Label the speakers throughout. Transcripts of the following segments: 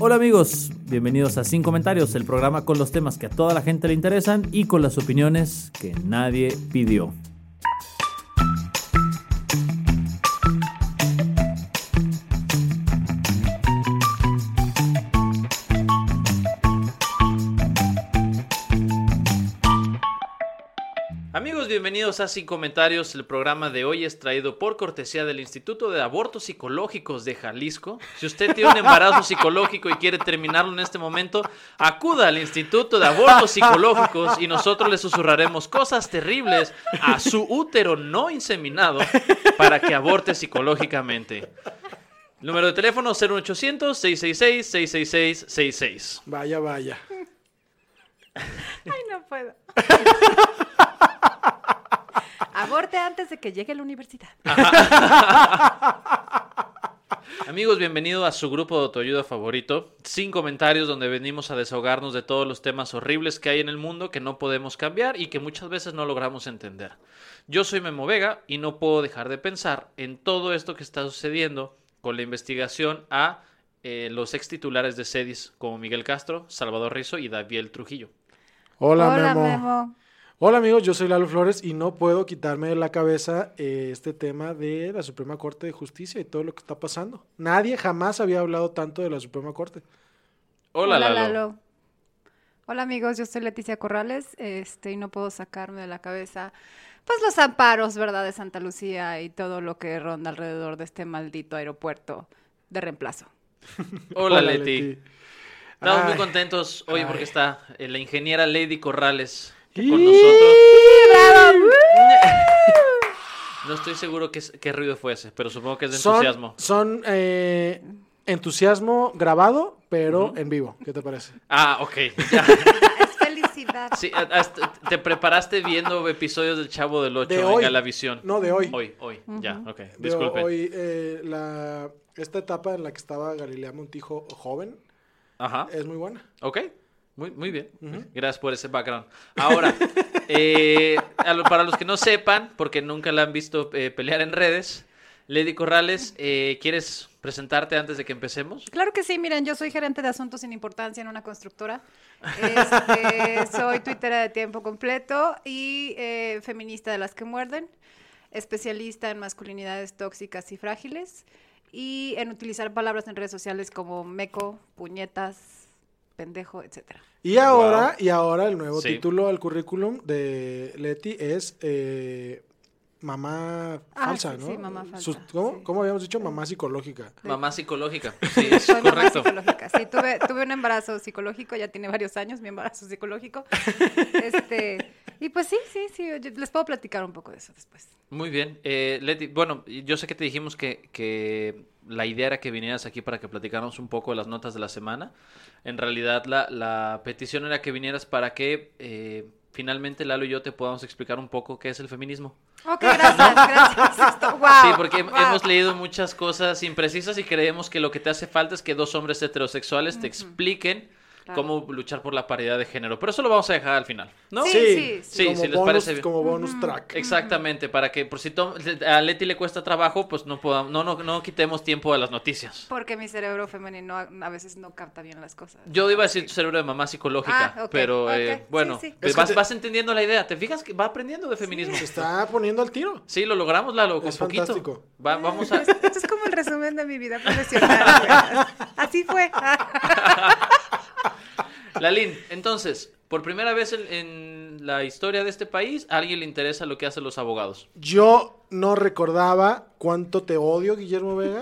Speaker 1: Hola amigos, bienvenidos a Sin Comentarios, el programa con los temas que a toda la gente le interesan y con las opiniones que nadie pidió.
Speaker 2: Amigos, bienvenidos a Sin Comentarios. El programa de hoy es traído por cortesía del Instituto de Abortos Psicológicos de Jalisco. Si usted tiene un embarazo psicológico y quiere terminarlo en este momento, acuda al Instituto de Abortos Psicológicos y nosotros le susurraremos cosas terribles a su útero no inseminado para que aborte psicológicamente. Número de teléfono 0800 666 666
Speaker 3: Vaya, vaya.
Speaker 4: Ay, no puedo. Aborte antes de que llegue a la universidad.
Speaker 2: Amigos, bienvenido a su grupo de autoayuda favorito, sin comentarios donde venimos a desahogarnos de todos los temas horribles que hay en el mundo que no podemos cambiar y que muchas veces no logramos entender. Yo soy Memo Vega y no puedo dejar de pensar en todo esto que está sucediendo con la investigación a eh, los ex titulares de CEDIS como Miguel Castro, Salvador Rizo y Daviel Trujillo.
Speaker 3: Hola, Memo. Hola amigos, yo soy Lalo Flores y no puedo quitarme de la cabeza eh, este tema de la Suprema Corte de Justicia y todo lo que está pasando. Nadie jamás había hablado tanto de la Suprema Corte.
Speaker 2: Hola, Lalo.
Speaker 4: Hola amigos, yo soy Leticia Corrales este, y no puedo sacarme de la cabeza pues los amparos, ¿verdad? De Santa Lucía y todo lo que ronda alrededor de este maldito aeropuerto de reemplazo.
Speaker 2: Hola, Leti. Estamos muy
Speaker 3: Ay.
Speaker 2: contentos hoy porque está eh, la ingeniera Lady Corrales
Speaker 3: Y-
Speaker 2: con nosotros.
Speaker 4: ¡Bravo!
Speaker 2: No estoy seguro qué, es- qué ruido fue ese, pero supongo que es de
Speaker 3: Son,
Speaker 2: entusiasmo.
Speaker 3: son eh, entusiasmo grabado, pero en vivo. ¿Qué te parece?
Speaker 2: Ah, ok. ya.
Speaker 4: Es felicidad.
Speaker 2: Sí, a- hasta- te preparaste viendo episodios del Chavo del Ocho
Speaker 3: De
Speaker 2: en
Speaker 3: hoy.
Speaker 2: Galavisión.
Speaker 3: No, de hoy.
Speaker 2: Hoy, hoy, ya, ok.
Speaker 3: De
Speaker 2: Disculpe.
Speaker 3: hoy, eh, la- esta etapa en la que estaba Galilea Montijo joven
Speaker 2: Ajá.
Speaker 3: es muy buena.
Speaker 2: Ok, muy, muy bien. Gracias por ese background. Ahora, eh, a lo- para los que no sepan, porque nunca la han visto eh, pelear en redes, Lady Corrales, eh, ¿quieres presentarte antes de que empecemos?
Speaker 4: Claro que sí, miren, yo soy gerente de asuntos sin importancia en una constructora. Este, soy tuitera de tiempo completo y eh, feminista de las que muerden, especialista en masculinidades tóxicas y frágiles y en utilizar palabras en redes sociales como meco, puñetas, pendejo, etcétera.
Speaker 3: Y ahora, y ahora el nuevo
Speaker 2: Sí.
Speaker 3: título al currículum de Leti es eh, mamá
Speaker 4: Ah,
Speaker 3: falsa,
Speaker 4: sí,
Speaker 3: ¿no?
Speaker 4: sí, mamá falsa,
Speaker 3: Sus- ¿cómo,
Speaker 4: sí.
Speaker 3: cómo habíamos dicho? Mamá psicológica.
Speaker 2: Mamá psicológica. Sí, es
Speaker 4: Soy mamá
Speaker 2: correcto.
Speaker 4: psicológica. Sí, tuve, tuve un embarazo psicológico, ya tiene varios años mi embarazo psicológico. Este, y pues sí, sí, sí, yo- les puedo platicar un poco de eso después.
Speaker 2: Muy bien. Eh, Leti, bueno, yo sé que te dijimos que, que la idea era que vinieras aquí para que platicáramos un poco de las notas de la semana. En realidad, la, la petición era que vinieras para que eh, finalmente Lalo y yo te podamos explicar un poco qué es el feminismo.
Speaker 4: Ok, gracias, gracias. Esto- wow,
Speaker 2: Sí, porque hem-
Speaker 4: wow.
Speaker 2: hemos leído muchas cosas imprecisas y creemos que lo que te hace falta es que dos hombres heterosexuales te expliquen
Speaker 4: Claro.
Speaker 2: cómo luchar por la paridad de género. Pero eso lo vamos a dejar al final, ¿no?
Speaker 4: Sí, sí,
Speaker 2: sí,
Speaker 3: como
Speaker 2: si les
Speaker 3: bonus-
Speaker 2: parece bien.
Speaker 3: Como bonus track.
Speaker 2: Exactamente, para que por si to- a Leti le cuesta trabajo, pues no podamos, no, no, no quitemos tiempo a las noticias.
Speaker 4: Porque mi cerebro femenino a, a veces no capta bien las cosas.
Speaker 2: Yo iba a decir tu cerebro de mamá psicológica,
Speaker 4: Ah, ok,
Speaker 2: pero
Speaker 4: ok,
Speaker 2: eh,
Speaker 4: sí,
Speaker 2: bueno,
Speaker 4: sí.
Speaker 2: pues
Speaker 3: Es que
Speaker 2: vas,
Speaker 3: te-
Speaker 2: vas entendiendo la idea. ¿Te fijas que va aprendiendo de feminismo?
Speaker 3: Se está poniendo al tiro.
Speaker 2: Sí, lo logramos, Lalo, con
Speaker 3: Es
Speaker 2: poquito.
Speaker 3: fantástico.
Speaker 2: Va- vamos a...
Speaker 4: Esto, esto es como el resumen de mi vida profesional. güey. Así fue.
Speaker 2: Lalín, entonces, por primera vez en, en la historia de este país, a alguien le interesa lo que hacen los abogados.
Speaker 3: Yo no recordaba cuánto te odio, Guillermo Vega.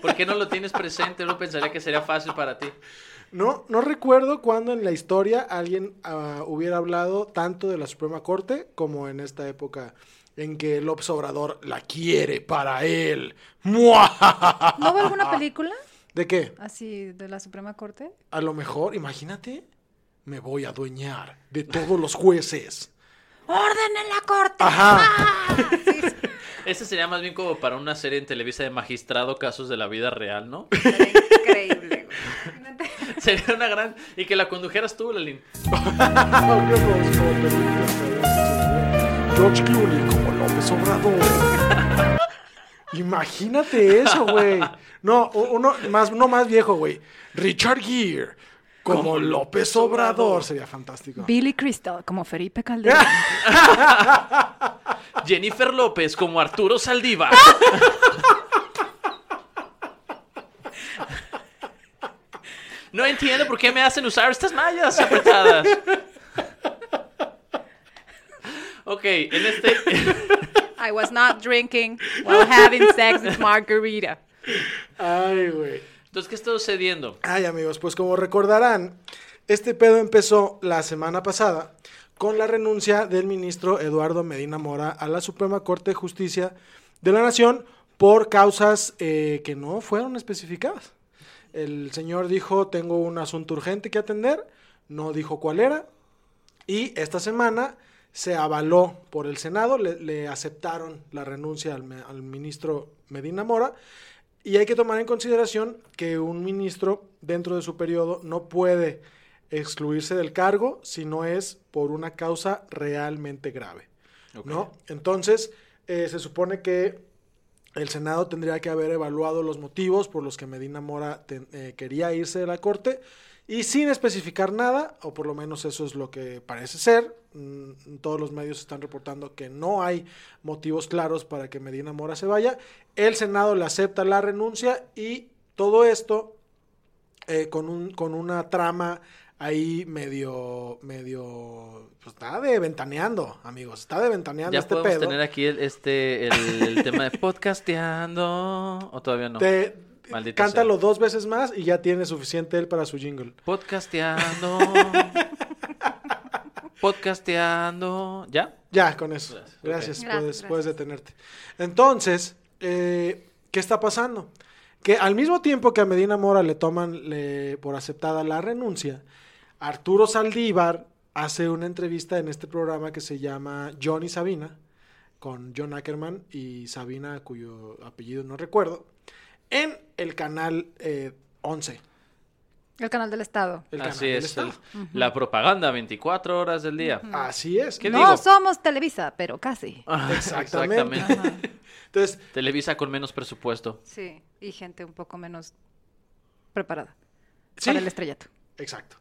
Speaker 2: ¿Por qué no lo tienes presente? No pensaría que sería fácil para ti.
Speaker 3: No, no recuerdo cuándo en la historia alguien ah, hubiera hablado tanto de la Suprema Corte como en esta época en que el Obrador la quiere para él. ¡Mua!
Speaker 4: ¿No hubo alguna película
Speaker 3: ¿De qué?
Speaker 4: así de la Suprema Corte?
Speaker 3: A lo mejor, imagínate, me voy a adueñar de todos los jueces. ¡Ah!
Speaker 4: ¡Orden en la corte!
Speaker 2: Este sería más bien como para una serie en Televisa de magistrado casos de la vida real, ¿no?
Speaker 4: Increíble. güey. Imagínate.
Speaker 2: Sería una gran... Y que la condujeras tú, Lalín.
Speaker 3: Ah, creo que vamos como películas. George Clooney como López Obrador. Imagínate eso, güey. No, u- uno más, uno más viejo, güey. Richard Gere como López Obrador. Sería fantástico.
Speaker 4: Billy Crystal como Felipe Calderón.
Speaker 2: Jennifer López como Arturo Saldívar. No entiendo por qué me hacen usar estas mallas apretadas. Ok, en este...
Speaker 4: I was not drinking while having sex with margarita.
Speaker 3: Ay, güey.
Speaker 2: Entonces, ¿qué está sucediendo?
Speaker 3: Ay, amigos, pues como recordarán, este pedo empezó la semana pasada con la renuncia del ministro Eduardo Medina Mora a la Suprema Corte de Justicia de la Nación por causas eh, que no fueron especificadas. El señor dijo, tengo un asunto urgente que atender, no dijo cuál era, y esta semana se avaló por el Senado, le, le aceptaron la renuncia al, me- al ministro Medina Mora. Y hay que tomar en consideración que un ministro dentro de su periodo no puede excluirse del cargo si no es por una causa realmente grave. ¿no? Entonces, eh, se supone que el Senado tendría que haber evaluado los motivos por los que Medina Mora te- eh, quería irse de la Corte y sin especificar nada, o por lo menos eso es lo que parece ser, mm, todos los medios están reportando que no hay motivos claros para que Medina Mora se vaya, el Senado le acepta la renuncia y todo esto eh, con, un, con una trama ahí medio, medio, pues está de ventaneando, amigos, está de ventaneando
Speaker 2: Ya
Speaker 3: este
Speaker 2: podemos
Speaker 3: pedo.
Speaker 2: tener aquí el, este, el, el tema de podcasteando. ¿O todavía no?
Speaker 3: Te-
Speaker 2: Maldita
Speaker 3: cántalo dos veces más y ya tiene suficiente él para su jingle.
Speaker 2: Podcasteando. podcasteando. ¿Ya?
Speaker 3: Ya, con eso. Gracias,
Speaker 4: Ok.
Speaker 3: puedes,
Speaker 4: Gracias,
Speaker 3: puedes detenerte. Entonces, eh, ¿qué está pasando? Que al mismo tiempo que a Medina Mora le toman le- por aceptada la renuncia, Arturo Saldívar hace una entrevista en este programa que se llama John y Sabina, con John Ackerman y Sabina, cuyo apellido no recuerdo, en el canal eh, 11.
Speaker 4: El canal del Estado.
Speaker 3: El canal
Speaker 2: Así
Speaker 3: del
Speaker 2: es. el-
Speaker 3: Estado.
Speaker 2: La propaganda 24 horas del día.
Speaker 3: Así es.
Speaker 2: ¿Qué
Speaker 4: no
Speaker 2: digo?
Speaker 4: somos Televisa, pero casi.
Speaker 2: Ah,
Speaker 3: Exactamente. Entonces,
Speaker 2: Televisa con menos presupuesto.
Speaker 4: Sí, y gente un poco menos preparada
Speaker 3: Sí.
Speaker 4: para el estrellato.
Speaker 3: Exacto.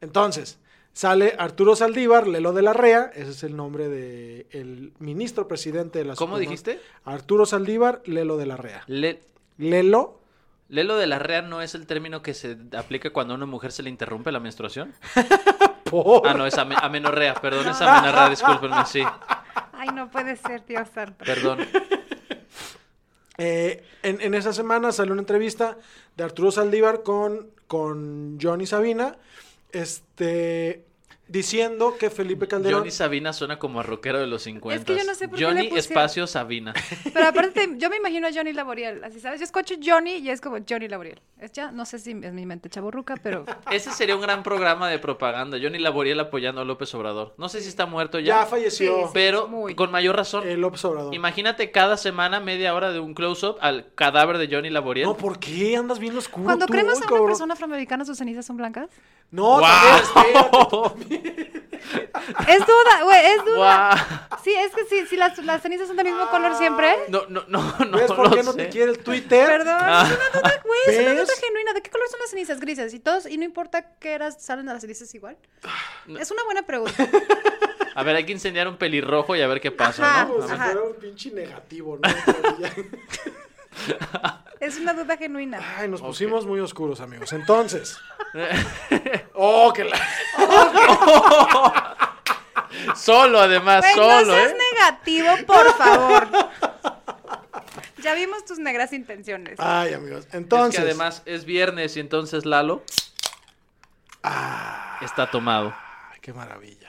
Speaker 3: Entonces, sale Arturo Saldívar, Lelo de la Rea, ese es el nombre del el ministro presidente de la
Speaker 2: ¿Cómo
Speaker 3: Suprema-
Speaker 2: dijiste?
Speaker 3: Arturo Saldívar, Lelo de la Rea.
Speaker 2: Le-
Speaker 3: Lelo,
Speaker 2: Lelo de la Rea no es el término que se aplica cuando a una mujer se le interrumpe la menstruación.
Speaker 3: por-
Speaker 2: Ah, no, es ame- amenorrea. Perdón, es amenorrea. Discúlpenme, sí.
Speaker 4: Ay, no puede ser, Dios santo.
Speaker 2: Perdón.
Speaker 3: Eh, en, en esa semana salió una entrevista de Arturo Saldívar con, con Johnny Sabina, este, diciendo que Felipe Calderón...
Speaker 2: Johnny Sabina suena como a rockero de los 50.
Speaker 4: Es que yo no sé por qué le
Speaker 2: Johnny
Speaker 4: pusieron-
Speaker 2: Espacio Sabina.
Speaker 4: Pero aparte, yo me imagino a Johnny Laboriel, así sabes, yo escucho Johnny y es como Johnny Laboriel. Es ya, no sé si es mi mente chaburruca, pero
Speaker 2: Ese sería un gran programa de propaganda. Johnny Laboriel apoyando a López Obrador. No sé si está muerto ya.
Speaker 3: Ya falleció Eh,
Speaker 4: Sí,
Speaker 2: pero
Speaker 4: Muy.
Speaker 2: con mayor razón.
Speaker 3: el observador.
Speaker 2: Imagínate cada semana media hora de un close-up al cadáver de Johnny Laboriel.
Speaker 3: No, ¿por qué andas bien oscuro
Speaker 4: cuando
Speaker 3: tú
Speaker 4: cremas
Speaker 3: hoy,
Speaker 4: a una
Speaker 3: cabrón?
Speaker 4: persona afroamericana, sus cenizas son blancas.
Speaker 3: No,
Speaker 2: ¡Guau!
Speaker 3: también, espérate,
Speaker 4: Es duda, güey, es duda.
Speaker 2: ¡Guau!
Speaker 4: Sí, es que sí, sí, las, las cenizas son del mismo color siempre.
Speaker 3: Ah.
Speaker 2: No, no, no, no.
Speaker 3: ¿Ves por
Speaker 2: lo
Speaker 3: qué no te
Speaker 2: sé.
Speaker 3: quiere el Twitter?
Speaker 4: Perdón,
Speaker 2: Ah.
Speaker 4: es una duda, güey, es una duda
Speaker 3: ¿Ves?
Speaker 4: genuina. ¿De qué color son las cenizas grises? Y todos, y no importa qué eras, salen a las cenizas igual.
Speaker 3: Ah,
Speaker 4: Es una buena pregunta.
Speaker 2: A ver, hay que incendiar un pelirrojo y a ver qué pasa,
Speaker 4: Ajá.
Speaker 2: ¿no?
Speaker 3: Como si
Speaker 4: Ajá.
Speaker 3: fuera pues, un pinche negativo, ¿no?
Speaker 4: Es una duda
Speaker 2: Ah,
Speaker 4: genuina.
Speaker 3: Ay, nos pusimos muy oscuros, amigos. Entonces. oh, que la.
Speaker 2: Solo, además,
Speaker 3: Pues,
Speaker 4: Güey, no
Speaker 2: solo,
Speaker 4: seas
Speaker 2: ¿eh?
Speaker 4: negativo, por favor. Ya vimos tus negras intenciones.
Speaker 2: Ah,
Speaker 3: Ay, amigos.
Speaker 2: Es
Speaker 3: Entonces.
Speaker 2: que además es viernes y entonces Lalo
Speaker 3: Ah.
Speaker 2: está tomado.
Speaker 3: Ay, qué maravilla.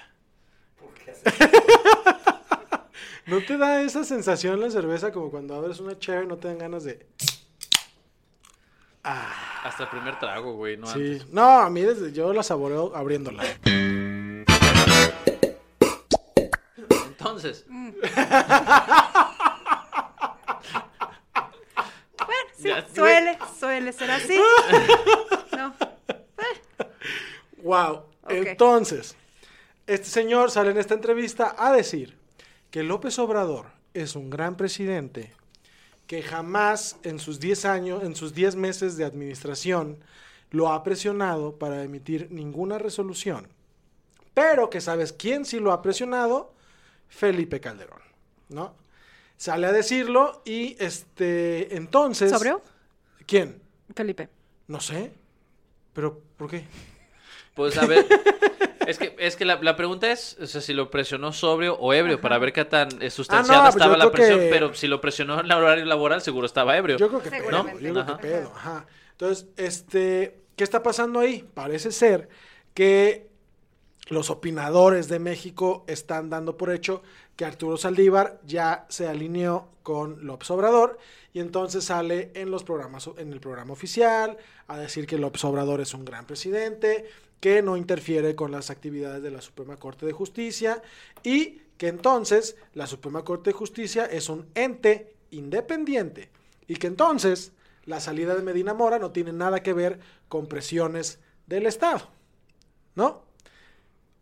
Speaker 3: ¿No te da esa sensación la cerveza como cuando abres una chévere y no te dan ganas de...
Speaker 2: Hasta el primer trago, güey, no
Speaker 3: Sí.
Speaker 2: antes.
Speaker 3: No, a mí desde yo la saboreo abriéndola.
Speaker 2: Entonces,
Speaker 4: Bueno, sí,
Speaker 2: Ya, güey.
Speaker 4: suele, suele ser así. No.
Speaker 3: Wow.
Speaker 4: Ok.
Speaker 3: Entonces, este señor sale en esta entrevista a decir que López Obrador es un gran presidente que jamás en sus 10 años, en sus 10 meses de administración, lo ha presionado para emitir ninguna resolución. Pero que sabes quién sí lo ha presionado, Felipe Calderón, ¿no? Sale a decirlo y este entonces
Speaker 4: ¿Sobró?
Speaker 3: ¿Quién?
Speaker 4: Felipe.
Speaker 3: No sé. Pero ¿por qué?
Speaker 2: pues a ver. Es que, es que la, la pregunta es, o sea, si lo presionó sobrio o ebrio, para ver qué tan eh, sustanciada
Speaker 3: Ah, no, pues
Speaker 2: estaba la
Speaker 3: yo creo
Speaker 2: presión,
Speaker 3: que-
Speaker 2: pero si lo presionó en el horario laboral, seguro estaba ebrio.
Speaker 3: Yo creo que pedo, yo
Speaker 4: Seguramente.
Speaker 3: creo que
Speaker 2: Ajá.
Speaker 3: pedo, ajá. Entonces, este, ¿qué está pasando ahí? Parece ser que los opinadores de México están dando por hecho que Arturo Saldívar ya se alineó con López Obrador y entonces sale en los programas en el programa oficial a decir que López Obrador es un gran presidente, que no interfiere con las actividades de la Suprema Corte de Justicia y que entonces la Suprema Corte de Justicia es un ente independiente y que entonces la salida de Medina Mora no tiene nada que ver con presiones del Estado. ¿No?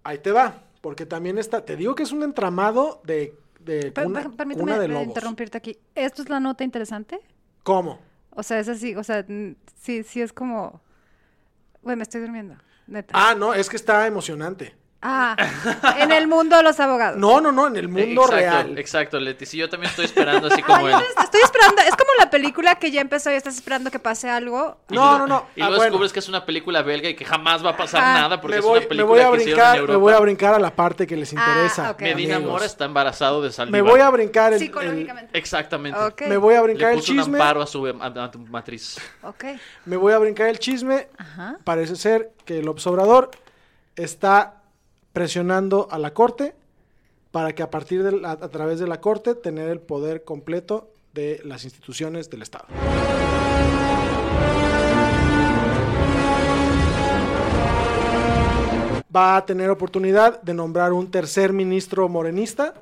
Speaker 3: Ahí te va, porque también está, te digo que es un entramado de, de
Speaker 4: Per-
Speaker 3: cuna- cuna
Speaker 4: per-
Speaker 3: de
Speaker 4: permíteme eh,
Speaker 3: lobos.
Speaker 4: interrumpirte aquí. ¿Esto es la nota interesante?
Speaker 3: ¿Cómo?
Speaker 4: O sea, es así, o sea, mm, sí, sí es como... Güey, me estoy durmiendo, neta.
Speaker 3: Ah, no, es que está emocionante.
Speaker 4: Ah, en el mundo de los abogados.
Speaker 3: No, no, no, en el mundo
Speaker 2: Eh, exacto,
Speaker 3: real.
Speaker 2: Exacto, Leti. Sí, yo también estoy esperando así
Speaker 4: Ah,
Speaker 2: como
Speaker 4: yo
Speaker 2: él.
Speaker 4: les- estoy esperando, es como la película que ya empezó y estás esperando que pase algo.
Speaker 2: Y
Speaker 3: No,
Speaker 2: luego-
Speaker 3: no, no.
Speaker 2: Y
Speaker 3: Ah,
Speaker 2: luego
Speaker 3: bueno. Ah,
Speaker 2: descubres que es una película belga y que jamás va a pasar
Speaker 4: Ajá.
Speaker 2: nada porque
Speaker 3: Me
Speaker 2: es
Speaker 3: voy,
Speaker 2: una
Speaker 3: me
Speaker 2: película
Speaker 3: voy a
Speaker 2: que hicieron en
Speaker 3: brincar,
Speaker 2: Europa.
Speaker 3: me voy a brincar a la parte que les interesa.
Speaker 4: Ah, ok.
Speaker 2: Medina
Speaker 3: amigos.
Speaker 2: Mora está embarazada de
Speaker 3: Me
Speaker 2: Saldívar.
Speaker 3: voy a brincar el, el-
Speaker 4: Psicológicamente.
Speaker 2: Exactamente.
Speaker 4: Ok,
Speaker 3: me voy a
Speaker 2: Le
Speaker 3: brincar el
Speaker 2: puso un
Speaker 3: chisme.
Speaker 2: amparo a su, em- a- a tu matriz.
Speaker 4: ok.
Speaker 3: Me voy a brincar el chisme.
Speaker 4: Ajá.
Speaker 3: Parece ser que el observador está presionando a la corte para que a partir de la- a través de la corte tener el poder completo de las instituciones del Estado. Va a tener oportunidad de nombrar un tercer ministro morenista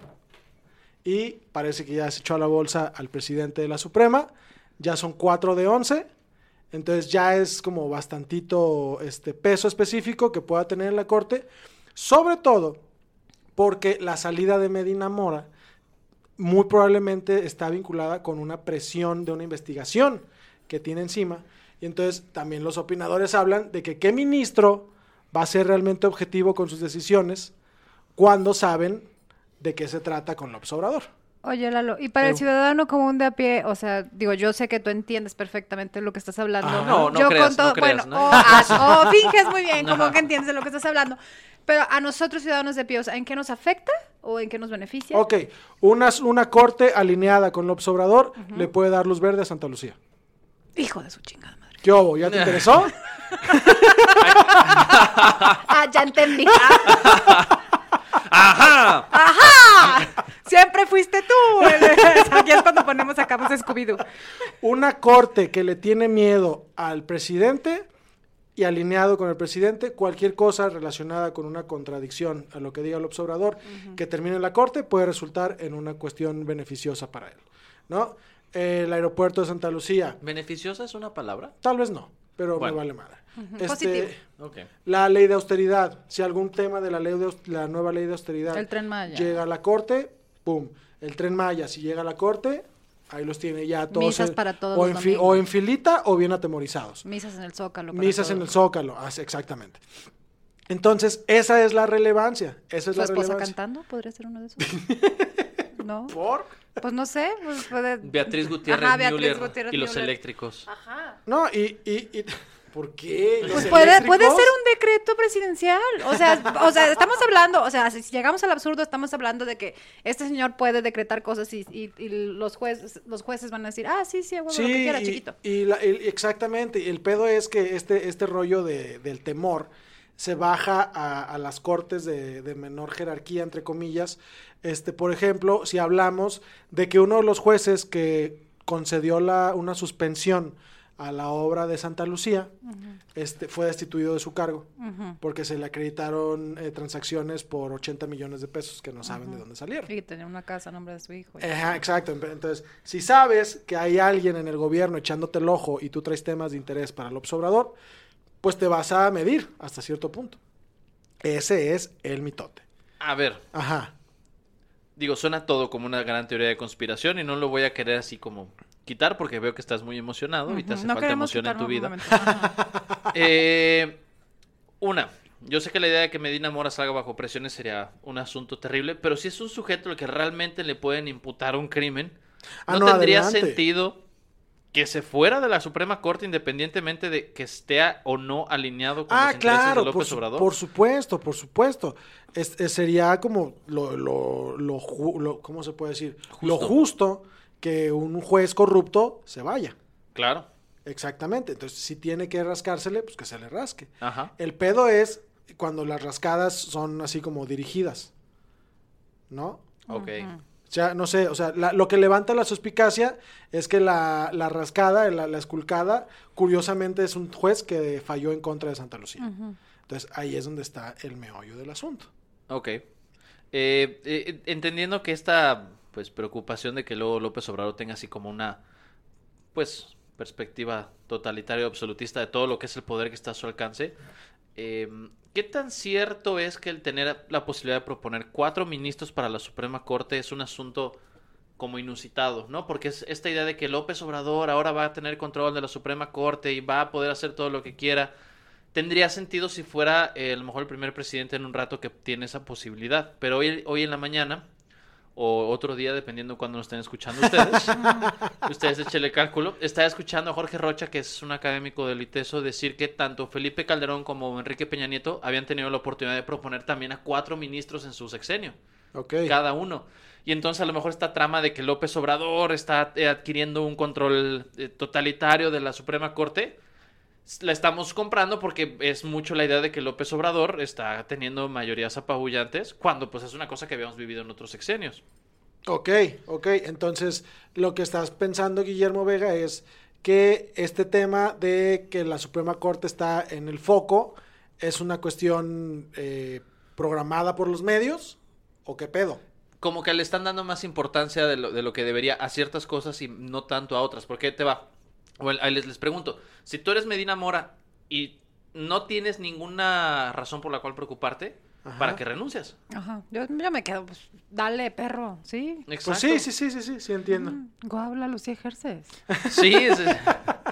Speaker 3: y parece que ya se echó a la bolsa al presidente de la Suprema. Ya son cuatro de 11. Entonces ya es como bastantito este peso específico que pueda tener en la corte, sobre todo porque la salida de Medina Mora muy probablemente está vinculada con una presión de una investigación que tiene encima. Y entonces también los opinadores hablan de que qué ministro va a ser realmente objetivo con sus decisiones cuando saben de qué se trata con López Obrador.
Speaker 4: Oye, Lalo, y para el
Speaker 3: Eu.
Speaker 4: ciudadano común de a pie, o sea, digo, yo sé que tú entiendes perfectamente lo que estás hablando.
Speaker 3: Ajá.
Speaker 2: Ah, No, no
Speaker 4: yo
Speaker 2: creas,
Speaker 4: con todo-
Speaker 2: no creas,
Speaker 4: bueno,
Speaker 2: ¿no?
Speaker 4: o, ah, o finges muy bien
Speaker 2: No.
Speaker 4: como que entiendes de lo que estás hablando. Pero a nosotros ciudadanos de pie, o sea, ¿en qué nos afecta o en qué nos beneficia?
Speaker 3: Ok, una, una corte alineada con López Obrador le puede dar luz verde a Santa Lucía.
Speaker 4: Hijo de su chingada madre.
Speaker 3: ¿Qué hubo? ¿Ya te interesó?
Speaker 4: Ah, ya entendí.
Speaker 2: ¡Ajá!
Speaker 4: ¡Ajá! Ah, Siempre fuiste tú. Aquí es cuando ponemos acá a Scooby-Doo.
Speaker 3: Una corte que le tiene miedo al presidente y alineado con el presidente, cualquier cosa relacionada con una contradicción a lo que diga López Obrador que termine en la corte puede resultar en una cuestión beneficiosa para él, ¿no? El aeropuerto de Santa Lucía,
Speaker 2: ¿Beneficiosa es una palabra?
Speaker 3: tal vez no, pero
Speaker 2: Bueno.
Speaker 3: me vale madre. Este,
Speaker 4: Positivo.
Speaker 2: Ok.
Speaker 3: La ley de austeridad, si algún tema de la ley de aus- la nueva ley de austeridad
Speaker 4: El Tren Maya.
Speaker 3: llega a la corte, pum, el tren Maya si llega a la corte, ahí los tiene ya todos
Speaker 4: Misas
Speaker 3: en-
Speaker 4: para todos
Speaker 3: o,
Speaker 4: los
Speaker 3: en fi- o
Speaker 4: domingos.
Speaker 3: en filita o bien atemorizados.
Speaker 4: Misas en el Zócalo. para
Speaker 3: Misas en
Speaker 4: todo.
Speaker 3: el Zócalo, ah, sí, exactamente. Entonces, esa es la relevancia, esa es
Speaker 4: ¿Tu
Speaker 3: la
Speaker 4: esposa
Speaker 3: relevancia.
Speaker 4: cantando? ¿Podría ser uno de esos? ¿No?
Speaker 3: ¿Por?
Speaker 4: Pues no sé. Pues puede...
Speaker 2: Beatriz Gutiérrez
Speaker 4: Ajá, Beatriz
Speaker 2: Müller
Speaker 4: Gutiérrez
Speaker 2: y los
Speaker 4: Müller.
Speaker 2: eléctricos.
Speaker 3: No, y, y- y- ¿por qué? ¿Los
Speaker 4: Pues puede, puede
Speaker 3: eléctricos?
Speaker 4: ser un decreto presidencial. O sea, o sea, estamos hablando, o sea, si llegamos al absurdo, estamos hablando de que este señor puede decretar cosas y, y- y los jueces, los jueces van a decir, ah, sí, sí, a huevo, lo que quiera,
Speaker 3: y,
Speaker 4: chiquito.
Speaker 3: y la- el- exactamente. El pedo es que este, este rollo de- del temor se baja a, a las cortes de, de menor jerarquía, entre comillas. Este, por ejemplo, si hablamos de que uno de los jueces que concedió la, una suspensión a la obra de Santa Lucía, este, fue destituido de su cargo porque se le acreditaron eh, transacciones por 80 millones de pesos que no saben de dónde salieron.
Speaker 4: Y tenía una casa a nombre de su hijo.
Speaker 3: Ajá, exacto. Empe- Entonces, si sabes que hay alguien en el gobierno echándote el ojo y tú traes temas de interés para López Obrador, pues te vas a medir hasta cierto punto. Ese es el mitote.
Speaker 2: A ver,
Speaker 3: Ajá.
Speaker 2: digo, suena todo como una gran teoría de conspiración y no lo voy a querer así como quitar porque veo que estás muy emocionado y te hace falta emoción en tu vida. Eh, una, yo sé que la idea de que Medina Mora salga bajo presiones sería un asunto terrible, pero si es un sujeto al que realmente le pueden imputar un crimen,
Speaker 3: Ah,
Speaker 2: no,
Speaker 3: no,
Speaker 2: tendría
Speaker 3: adelante.
Speaker 2: sentido que se fuera de la Suprema Corte independientemente de que esté a- o no alineado con los
Speaker 3: Ah,
Speaker 2: intereses de
Speaker 3: claro, por,
Speaker 2: López
Speaker 3: su-
Speaker 2: Obrador.
Speaker 3: por supuesto, por supuesto. Es- es- sería como lo, lo, lo ju- lo- ¿cómo se puede decir? Lo
Speaker 2: Justo.
Speaker 3: justo que un juez corrupto se vaya.
Speaker 2: Claro,
Speaker 3: Exactamente. Entonces, si tiene que rascársele, pues que se le rasque.
Speaker 2: ajá.
Speaker 3: El pedo es cuando las rascadas son así como dirigidas. ¿No?
Speaker 2: Ok.
Speaker 3: O sea, no sé, o sea, la- lo que levanta la suspicacia es que la, la rascada, la, la esculcada, curiosamente es un juez que falló en contra de Santa Lucía.
Speaker 4: Mm.
Speaker 3: Entonces ahí es donde está el meollo del asunto.
Speaker 2: Ok. Eh, eh, entendiendo que esta pues preocupación de que luego López Obrador tenga así como una pues perspectiva totalitaria o absolutista de todo lo que es el poder que está a su alcance, eh, ¿qué tan cierto es que el tener la posibilidad de proponer cuatro ministros para la Suprema Corte es un asunto como inusitado, ¿no? Porque es esta idea de que López Obrador ahora va a tener control de la Suprema Corte y va a poder hacer todo lo que quiera. Tendría sentido si fuera eh, a lo mejor el primer presidente en un rato que tiene esa posibilidad. Pero hoy, hoy en la mañana, o otro día, dependiendo de cuándo nos estén escuchando ustedes, ustedes échenle cálculo, estaba escuchando a Jorge Rocha, que es un académico del ITESO, decir que tanto Felipe Calderón como Enrique Peña Nieto habían tenido la oportunidad de proponer también a cuatro ministros en su sexenio
Speaker 3: Ok.
Speaker 2: cada uno. Y entonces a lo mejor esta trama de que López Obrador está eh, adquiriendo un control eh, totalitario de la Suprema Corte, s- la estamos comprando porque es mucho la idea de que López Obrador está teniendo mayorías apabullantes, cuando pues es una cosa que habíamos vivido en otros sexenios.
Speaker 3: Ok, ok. Entonces, lo que estás pensando, Guillermo Vega, es que este tema de que la Suprema Corte está en el foco es una cuestión eh, programada por los medios o qué pedo.
Speaker 2: Como que le están dando más importancia de lo, de lo que debería a ciertas cosas y no tanto a otras. Porque ahí te va. Bueno, ahí les, les pregunto, si tú eres Medina Mora y no tienes ninguna razón por la cual preocuparte, ¿para qué renuncias?
Speaker 4: Ajá. Yo, yo me quedo, pues, dale, perro, ¿sí?
Speaker 3: Pues sí, sí, sí, sí, sí, sí entiendo.
Speaker 4: Guau, háblalo si ejerces.
Speaker 2: Sí, es- es-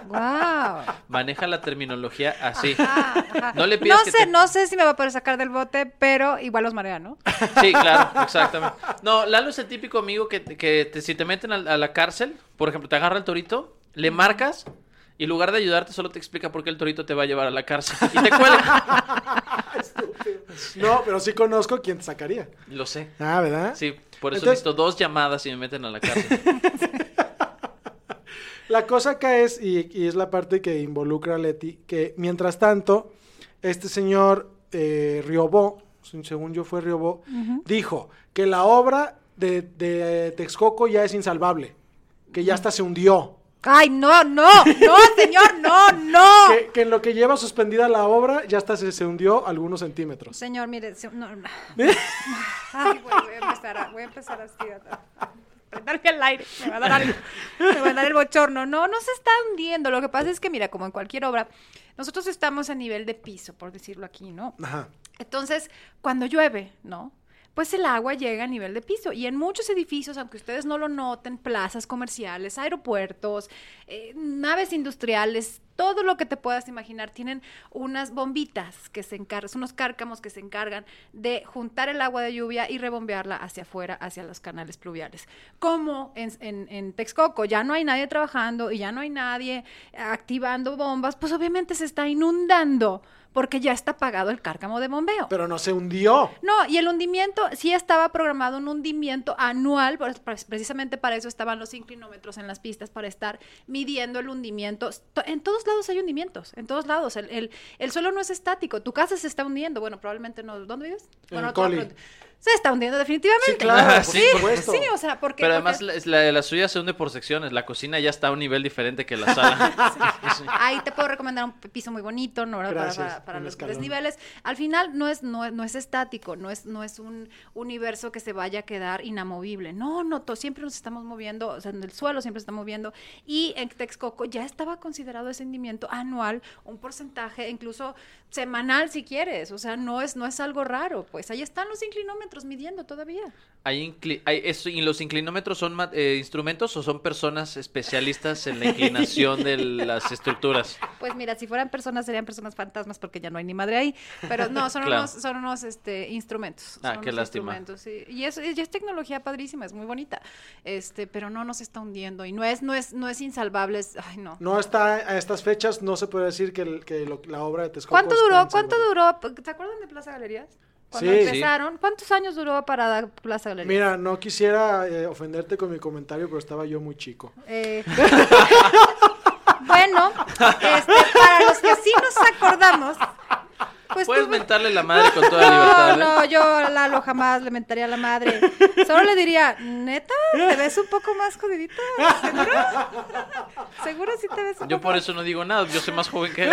Speaker 4: Guau.
Speaker 2: maneja la terminología así.
Speaker 4: Ajá.
Speaker 2: No le pidas que
Speaker 4: sé,
Speaker 2: te-
Speaker 4: no sé si me va a poder sacar del bote, pero igual los marea, ¿no?
Speaker 2: Sí, claro, exactamente. No, Lalo es el típico amigo que, que te- si te meten a, a la cárcel, por ejemplo, te agarra el torito, le marcas y en lugar de ayudarte solo te explica por qué el torito te va a llevar a la cárcel y te cuelga.
Speaker 3: No, pero sí conozco quién te sacaría.
Speaker 2: Lo sé.
Speaker 3: Ah, ¿verdad?
Speaker 2: Sí, por eso
Speaker 3: Entonces-
Speaker 2: necesito dos llamadas y me meten a la cárcel.
Speaker 3: La cosa acá es, y, y es la parte que involucra a Leti, que mientras tanto, este señor eh, Riobó, según yo fue Riobó, dijo que la obra de, de Texcoco ya es insalvable, que ya hasta se hundió,
Speaker 4: Ay, no, no, no, señor, no, no.
Speaker 3: que, que en lo que lleva suspendida la obra ya hasta se, se hundió algunos centímetros.
Speaker 4: Señor, mire, se- no, no. Ay, güey, voy a empezar, a- voy a empezar así. a- a- Prenderme al aire, me va, a dar algo, me va a dar el bochorno. No, no se está hundiendo. Lo que pasa es que, mira, como en cualquier obra, nosotros estamos a nivel de piso, por decirlo aquí, ¿no?
Speaker 3: Ajá.
Speaker 4: Entonces, cuando llueve, ¿no? Pues el agua llega a nivel de piso. Y en muchos edificios, aunque ustedes no lo noten, plazas comerciales, aeropuertos, eh, naves industriales, todo lo que te puedas imaginar, tienen unas bombitas que se encargan, unos cárcamos que se encargan de juntar el agua de lluvia y rebombearla hacia afuera, hacia los canales pluviales. Como en, en- en Texcoco ya no hay nadie trabajando y ya no hay nadie activando bombas, pues obviamente se está inundando porque ya está pagado el cárcamo de bombeo.
Speaker 3: Pero no se hundió.
Speaker 4: No, y el hundimiento, sí estaba programado un hundimiento anual, por- por- precisamente para eso estaban los inclinómetros en las pistas, para estar midiendo el hundimiento. To- En todos todos lados hay hundimientos, en todos lados. El, el, el suelo no es estático, tu casa se está hundiendo. Bueno, probablemente no. ¿Dónde vives?
Speaker 3: En
Speaker 4: Bueno, no te voy a
Speaker 3: Coli.
Speaker 4: preguntar. se está hundiendo definitivamente. Ah,
Speaker 3: Sí, claro,
Speaker 2: por
Speaker 4: sí,
Speaker 3: supuesto.
Speaker 4: sí, o sea, porque...
Speaker 2: Pero
Speaker 4: porque-
Speaker 2: además la, es la, la suya se hunde por secciones. La cocina ya está a un nivel diferente que la sala.
Speaker 4: Ahí te puedo recomendar un piso muy bonito, ¿no? Para-
Speaker 3: Gracias,
Speaker 4: para, para
Speaker 3: un
Speaker 4: los
Speaker 3: escalón.
Speaker 4: desniveles. Al final no es, no, es- no es estático, no es, no es un universo que se vaya a quedar inamovible. No, no, to- siempre nos estamos moviendo, o sea, en el suelo siempre se está moviendo. Y en Texcoco ya estaba considerado ese hundimiento anual, un porcentaje, incluso semanal si quieres. O sea, no es, no es algo raro, pues ahí están los inclinómetros midiendo todavía.
Speaker 2: Hay incli- hay eso- ¿Y los inclinómetros son ma- eh, instrumentos o son personas especialistas en la inclinación de las estructuras?
Speaker 4: Pues mira, si fueran personas serían personas fantasmas porque ya no hay ni madre ahí, pero no, son
Speaker 2: Claro.
Speaker 4: unos, son unos este, instrumentos.
Speaker 2: Ah,
Speaker 4: son
Speaker 2: qué
Speaker 4: unos
Speaker 2: lástima.
Speaker 4: instrumentos, sí. Y eso y es tecnología padrísima, es muy bonita, este, pero no nos está hundiendo y no es, no es, no es insalvable, es- ay no.
Speaker 3: No está a estas fechas, no se puede decir que, el- que lo- la obra de Texcoco.
Speaker 4: ¿Cuánto
Speaker 3: está
Speaker 4: duró?
Speaker 3: en
Speaker 4: ¿Cuánto
Speaker 3: salvaje.
Speaker 4: duró? ¿Se acuerdan de Plaza Galerías? Cuando
Speaker 3: Sí.
Speaker 4: empezaron, ¿cuántos años duró para dar Plaza Galerías?
Speaker 3: Mira, no quisiera eh, ofenderte con mi comentario, pero estaba yo muy chico.
Speaker 4: Eh, bueno, este, para los que sí nos acordamos, pues
Speaker 2: Puedes
Speaker 4: tuve-
Speaker 2: mentarle la madre con toda
Speaker 4: No,
Speaker 2: libertad. ¿eh?
Speaker 4: no, yo a Lalo jamás le mentaría a la madre. Solo le diría, neta, te ves un poco más jodidita, ¿seguro? Seguro sí te ves un
Speaker 2: Yo
Speaker 4: poco
Speaker 2: por eso no digo nada, yo soy más joven que él.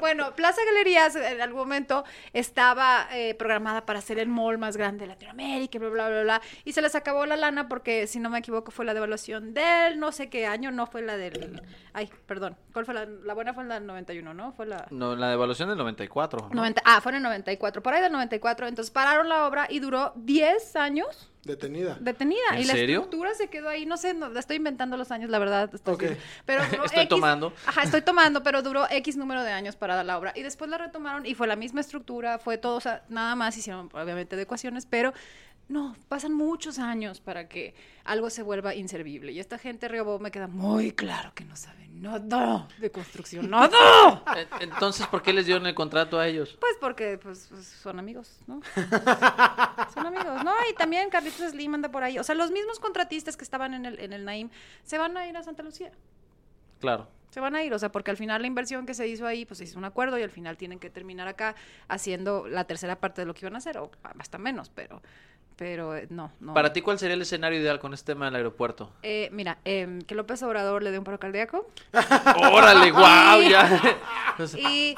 Speaker 4: Bueno, Plaza Galerías en algún momento estaba eh, programada para ser el mall más grande de Latinoamérica, bla, bla, bla, bla. Y se les acabó la lana porque, si no me equivoco, fue la devaluación del no sé qué año, no fue la del. Ay, perdón. ¿Cuál fue la, la buena? Fue la del 91, ¿no? Fue la.
Speaker 2: No, la devaluación del 94. ¿no?
Speaker 4: 90 ah, fue en el 94, por ahí del 94. Entonces pararon la obra y duró 10 años
Speaker 3: Detenida.
Speaker 4: detenida.
Speaker 2: ¿En
Speaker 4: y
Speaker 2: serio?
Speaker 4: la estructura se quedó ahí. No sé, no, la estoy inventando los años, la verdad. estoy-
Speaker 3: Ok.
Speaker 4: Pero duró
Speaker 2: Estoy
Speaker 4: X-
Speaker 2: tomando.
Speaker 4: Ajá, estoy tomando, pero duró X número de años para dar la obra. Y después la retomaron y fue la misma estructura, fue todo, o sea, nada más hicieron obviamente adecuaciones, pero no, pasan muchos años para que algo se vuelva inservible. Y esta gente, Riobó, me queda muy claro que no sabe nada de construcción, nada.
Speaker 2: Eh, Entonces, ¿por qué les dieron el contrato a ellos?
Speaker 4: Pues porque pues, pues, son amigos, ¿no? son amigos, ¿no? Y también Carlitos Slim anda por ahí. O sea, los mismos contratistas que estaban en el, en el Naim se van a ir a Santa Lucía.
Speaker 2: Claro.
Speaker 4: Se van a ir, o sea, porque al final la inversión que se hizo ahí, pues se hizo un acuerdo y al final tienen que terminar acá haciendo la tercera parte de lo que iban a hacer, o hasta menos, pero, pero eh, no, no.
Speaker 2: Para ti, ¿cuál sería el escenario ideal con este tema del aeropuerto?
Speaker 4: Eh, mira, em, que López Obrador le dé un paro cardíaco.
Speaker 2: ¡Órale, guau! ya.
Speaker 4: Y. eh,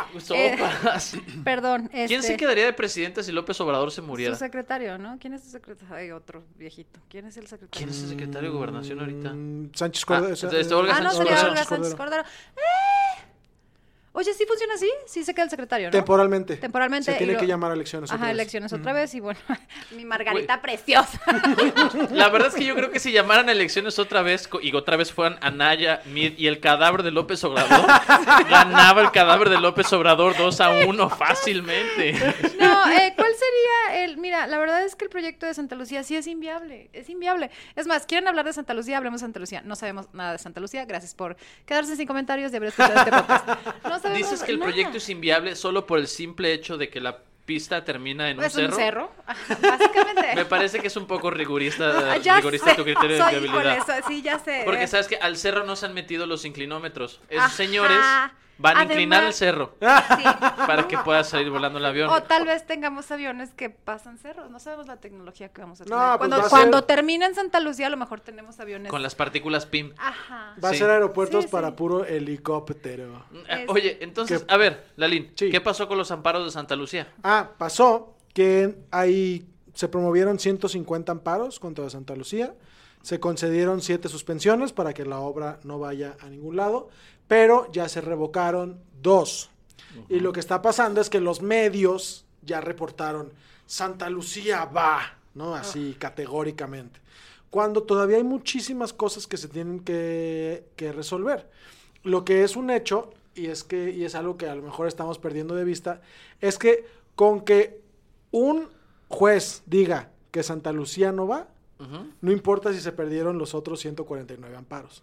Speaker 2: Sopas.
Speaker 4: perdón.
Speaker 2: ¿Quién
Speaker 4: este,
Speaker 2: se quedaría de presidente si López Obrador se muriera?
Speaker 4: Su secretario, ¿no? ¿Quién es su secretario? Hay otro viejito. ¿Quién es el secretario?
Speaker 2: ¿Quién es el secretario de gobernación ahorita?
Speaker 3: Mm, Sánchez
Speaker 2: Ah,
Speaker 3: Cordero.
Speaker 2: entonces, Olga
Speaker 4: ah, no,
Speaker 2: Sánchez
Speaker 4: sería
Speaker 2: Cordero.
Speaker 4: Olga Sánchez Cordero. ¡Eh! Oye, ¿sí funciona así? Sí se queda el secretario, ¿no?
Speaker 3: Temporalmente.
Speaker 4: Temporalmente
Speaker 3: Se
Speaker 4: y
Speaker 3: tiene
Speaker 4: lo-
Speaker 3: que llamar a elecciones. otra
Speaker 4: Ajá,
Speaker 3: vez.
Speaker 4: elecciones otra vez y bueno, mi Margarita preciosa.
Speaker 2: La verdad es que yo creo que si llamaran a elecciones otra vez co- y otra vez fueran Anaya, Mid y el cadáver de López Obrador, ganaba el cadáver de López Obrador 2 a 1 fácilmente.
Speaker 4: No, eh, ¿cuál sería el...? Mira, la verdad es que el proyecto de Santa Lucía sí es inviable, es inviable. Es más, ¿quieren hablar de Santa Lucía? Hablemos de Santa Lucía. No sabemos nada de Santa Lucía, gracias por quedarse sin comentarios y haber escuchado este podcast. No sabemos
Speaker 2: Dices que el
Speaker 4: nada.
Speaker 2: proyecto es inviable solo por el simple hecho de que la pista termina en un,
Speaker 4: es
Speaker 2: cerro.
Speaker 4: un cerro, básicamente.
Speaker 2: Me parece que es un poco rigurista,
Speaker 4: Ah, ya
Speaker 2: rigurista
Speaker 4: sé,
Speaker 2: tu criterio
Speaker 4: soy-
Speaker 2: de
Speaker 4: híjole,
Speaker 2: viabilidad.
Speaker 4: soy- sí, ya sé.
Speaker 2: Porque
Speaker 4: eh.
Speaker 2: sabes que al cerro no se han metido los inclinómetros. Esos
Speaker 4: Ajá.
Speaker 2: señores van a inclinar
Speaker 4: Además-
Speaker 2: el cerro
Speaker 4: Sí.
Speaker 2: para que pueda salir volando el avión.
Speaker 4: O tal vez tengamos aviones que pasan cerros. No sabemos la tecnología que vamos a
Speaker 3: No,
Speaker 4: tener.
Speaker 3: pues
Speaker 4: cuando
Speaker 3: va a
Speaker 4: cuando
Speaker 3: ser-
Speaker 4: termine en Santa Lucía, a lo mejor tenemos aviones.
Speaker 2: Con las partículas PIM.
Speaker 4: Ajá.
Speaker 3: Va a
Speaker 2: Sí.
Speaker 3: ser aeropuertos
Speaker 4: Sí, sí.
Speaker 3: para puro helicóptero.
Speaker 2: Ah,
Speaker 4: Es-
Speaker 2: Oye, entonces,
Speaker 3: ¿Qué?
Speaker 2: a ver, Lalín,
Speaker 3: Sí.
Speaker 2: ¿qué pasó con los amparos de Santa Lucía?
Speaker 3: Ah, pasó que ahí se promovieron 150 amparos contra Santa Lucía. Se concedieron siete suspensiones para que la obra no vaya a ningún lado, pero ya se revocaron dos. Y lo que está pasando es que los medios ya reportaron Santa Lucía va, ¿no? Así categóricamente. Cuando todavía hay muchísimas cosas que se tienen que, que resolver. Lo que es un hecho, y es que, y es algo que a lo mejor estamos perdiendo de vista, es que con que un juez diga que Santa Lucía no va, no importa si se perdieron los otros 149 amparos.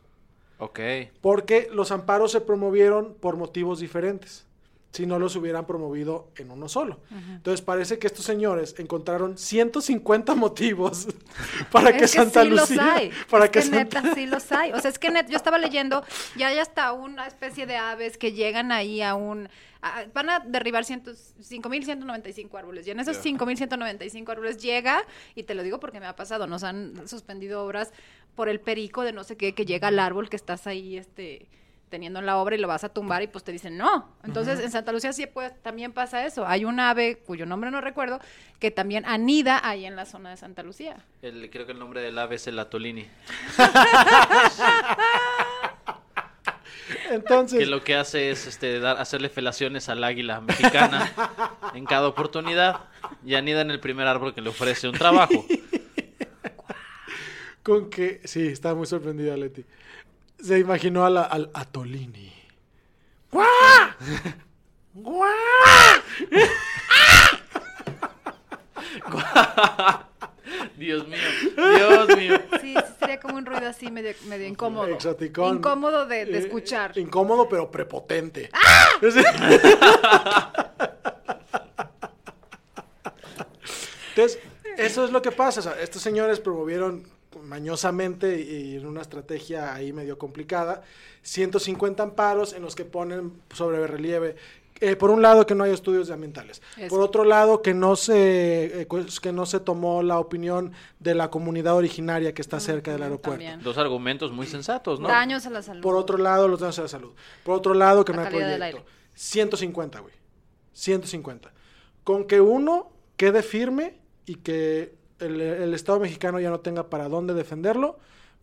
Speaker 2: Ok.
Speaker 3: Porque los amparos se promovieron por motivos diferentes. si no los hubieran promovido en uno solo. Entonces parece que estos señores encontraron 150 motivos para que
Speaker 4: es que
Speaker 3: Santa
Speaker 4: sí los
Speaker 3: Lucía,
Speaker 4: hay.
Speaker 3: para
Speaker 4: es que,
Speaker 3: Santa-
Speaker 4: neta sí los hay. O sea, es que neta, yo estaba leyendo y hay hasta una especie de aves que llegan ahí a un... a- van a derribar ciento- 5.195 árboles. Y en esos 5.195 árboles llega, y te lo digo porque me ha pasado, nos han suspendido obras por el perico de no sé qué, que llega al árbol que estás ahí, este teniendo en la obra y lo vas a tumbar y pues te dicen no. Entonces en Santa Lucía sí pues también pasa eso. Hay un ave cuyo nombre no recuerdo que también anida ahí en la zona de Santa Lucía.
Speaker 2: El- creo que el nombre del ave es el Atolini. Que
Speaker 3: Entonces,
Speaker 2: lo que hace es este, dar, hacerle felaciones al águila mexicana en cada oportunidad y anida en el primer árbol que le ofrece un trabajo.
Speaker 3: con que sí, estaba muy sorprendida Leti. Se imaginó a la- al Atolini. ¡Guau! ¡Guau!
Speaker 2: Dios mío, Dios mío.
Speaker 4: Sí, sí sería como un ruido así medio, medio incómodo.
Speaker 3: Exoticón.
Speaker 4: Incómodo de, de
Speaker 3: Eh,
Speaker 4: escuchar. ¡Ah!
Speaker 3: incómodo, pero prepotente. Sí. Entonces, eso es lo que pasa. o sea, estos señores promovieron mañosamente y en una estrategia ahí medio complicada 150 amparos en los que ponen sobre relieve. eh, por un lado que no hay estudios de ambientales,
Speaker 4: Eso.
Speaker 3: por otro lado que no se eh, pues, que no se tomó la opinión de la comunidad originaria que está
Speaker 4: Mm,
Speaker 3: cerca del aeropuerto.
Speaker 4: También.
Speaker 2: Dos argumentos muy sensatos, ¿no?
Speaker 4: Daños a la salud.
Speaker 3: Por otro lado, los daños a la salud. Por otro lado, que
Speaker 4: La
Speaker 3: no hay
Speaker 4: calidad del
Speaker 3: proyecto.
Speaker 4: aire.
Speaker 3: 150, güey. 150. Con que uno quede firme y que el, el Estado mexicano ya no tenga para dónde defenderlo,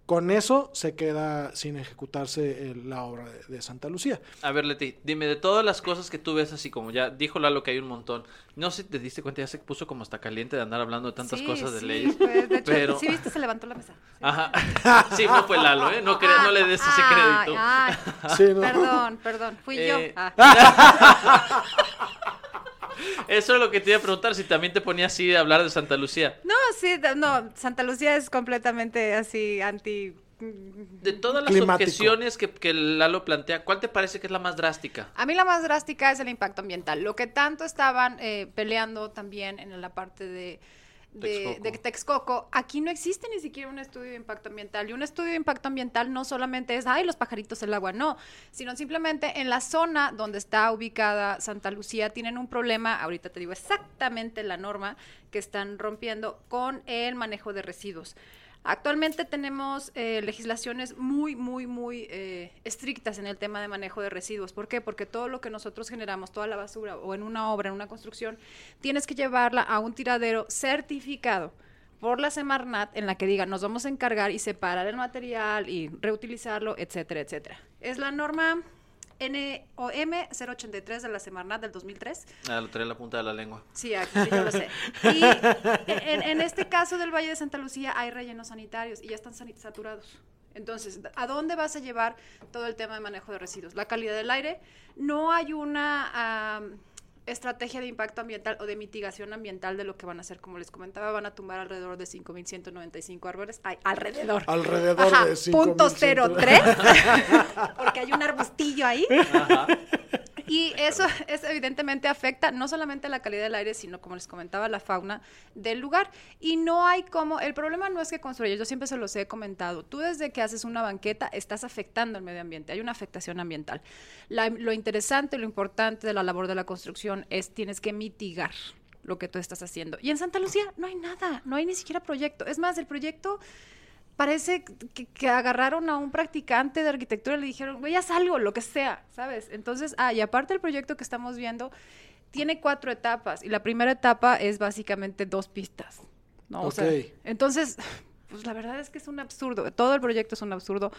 Speaker 3: con eso se queda sin ejecutarse el- la obra de, de Santa Lucía.
Speaker 2: A ver, Leti, dime, de todas las cosas que tú ves así como ya dijo Lalo que hay un montón. No sé si te diste cuenta, ya se puso como hasta caliente de andar hablando de tantas
Speaker 4: Sí,
Speaker 2: cosas de
Speaker 4: sí,
Speaker 2: leyes.
Speaker 4: pues, de hecho,
Speaker 2: pero-
Speaker 4: sí viste, se levantó la mesa. Sí.
Speaker 2: Ajá. Sí, no fue Lalo, ¿eh? No, cre- no le des ese
Speaker 4: Ah,
Speaker 2: crédito.
Speaker 4: ay,
Speaker 3: Sí, ¿no?
Speaker 4: Perdón, perdón. Fui yo.
Speaker 2: Eh,
Speaker 4: Ah.
Speaker 2: Eso es lo que te iba a preguntar, si también te ponía así a hablar de Santa Lucía.
Speaker 4: No, sí, de- no. Santa Lucía es completamente así anti.
Speaker 2: De todas las
Speaker 3: Climático.
Speaker 2: objeciones que, que Lalo plantea, ¿cuál te parece que es la más drástica?
Speaker 4: A mí la más drástica es el impacto ambiental. Lo que tanto estaban eh, peleando también en la parte de, de,
Speaker 2: Texcoco.
Speaker 4: de Texcoco, aquí no existe ni siquiera un estudio de impacto ambiental. Y un estudio de impacto ambiental no solamente es, ay, los pajaritos, el agua, no, sino simplemente en la zona donde está ubicada Santa Lucía tienen un problema, ahorita te digo exactamente la norma que están rompiendo con el manejo de residuos. Actualmente tenemos eh, legislaciones muy, muy, muy eh, estrictas en el tema de manejo de residuos. ¿Por qué? Porque todo lo que nosotros generamos, toda la basura o en una obra, en una construcción, tienes que llevarla a un tiradero certificado por la Semarnat en la que diga nos vamos a encargar y separar el material y reutilizarlo, etcétera, etcétera. Es la norma NOM 083 de la Semarnat del 2003.
Speaker 2: Ah, lo traía en la punta de la lengua.
Speaker 4: Sí, aquí sí, yo lo sé. Y en, en este caso del Valle de Santa Lucía hay rellenos sanitarios y ya están sani- saturados. Entonces, ¿a dónde vas a llevar todo el tema de manejo de residuos? La calidad del aire. No hay una am, estrategia de impacto ambiental o de mitigación ambiental de lo que van a hacer. Como les comentaba, van a tumbar alrededor de 5.195 árboles. Ay, alrededor.
Speaker 3: Alrededor
Speaker 4: Ajá,
Speaker 3: de 5
Speaker 4: punto cero tres, porque hay un arbustillo ahí. Y eso, es evidentemente afecta no solamente la calidad del aire, sino como les comentaba, la fauna del lugar. Y no hay como, el problema no es que construyes, yo siempre se los he comentado, tú desde que haces una banqueta estás afectando el medio ambiente, hay una afectación ambiental. La- lo interesante, lo importante de la labor de la construcción es tienes que mitigar lo que tú estás haciendo. Y en Santa Lucía no hay nada, no hay ni siquiera proyecto. Es más, el proyecto parece que, que agarraron a un practicante de arquitectura y le dijeron, güey, haz algo, lo que sea, ¿sabes? Entonces, ah, y aparte el proyecto que estamos viendo tiene cuatro etapas y la primera etapa es básicamente dos pistas, ¿no? O sea,
Speaker 3: Ok.
Speaker 4: entonces, pues la verdad es que es un absurdo, todo el proyecto es un absurdo,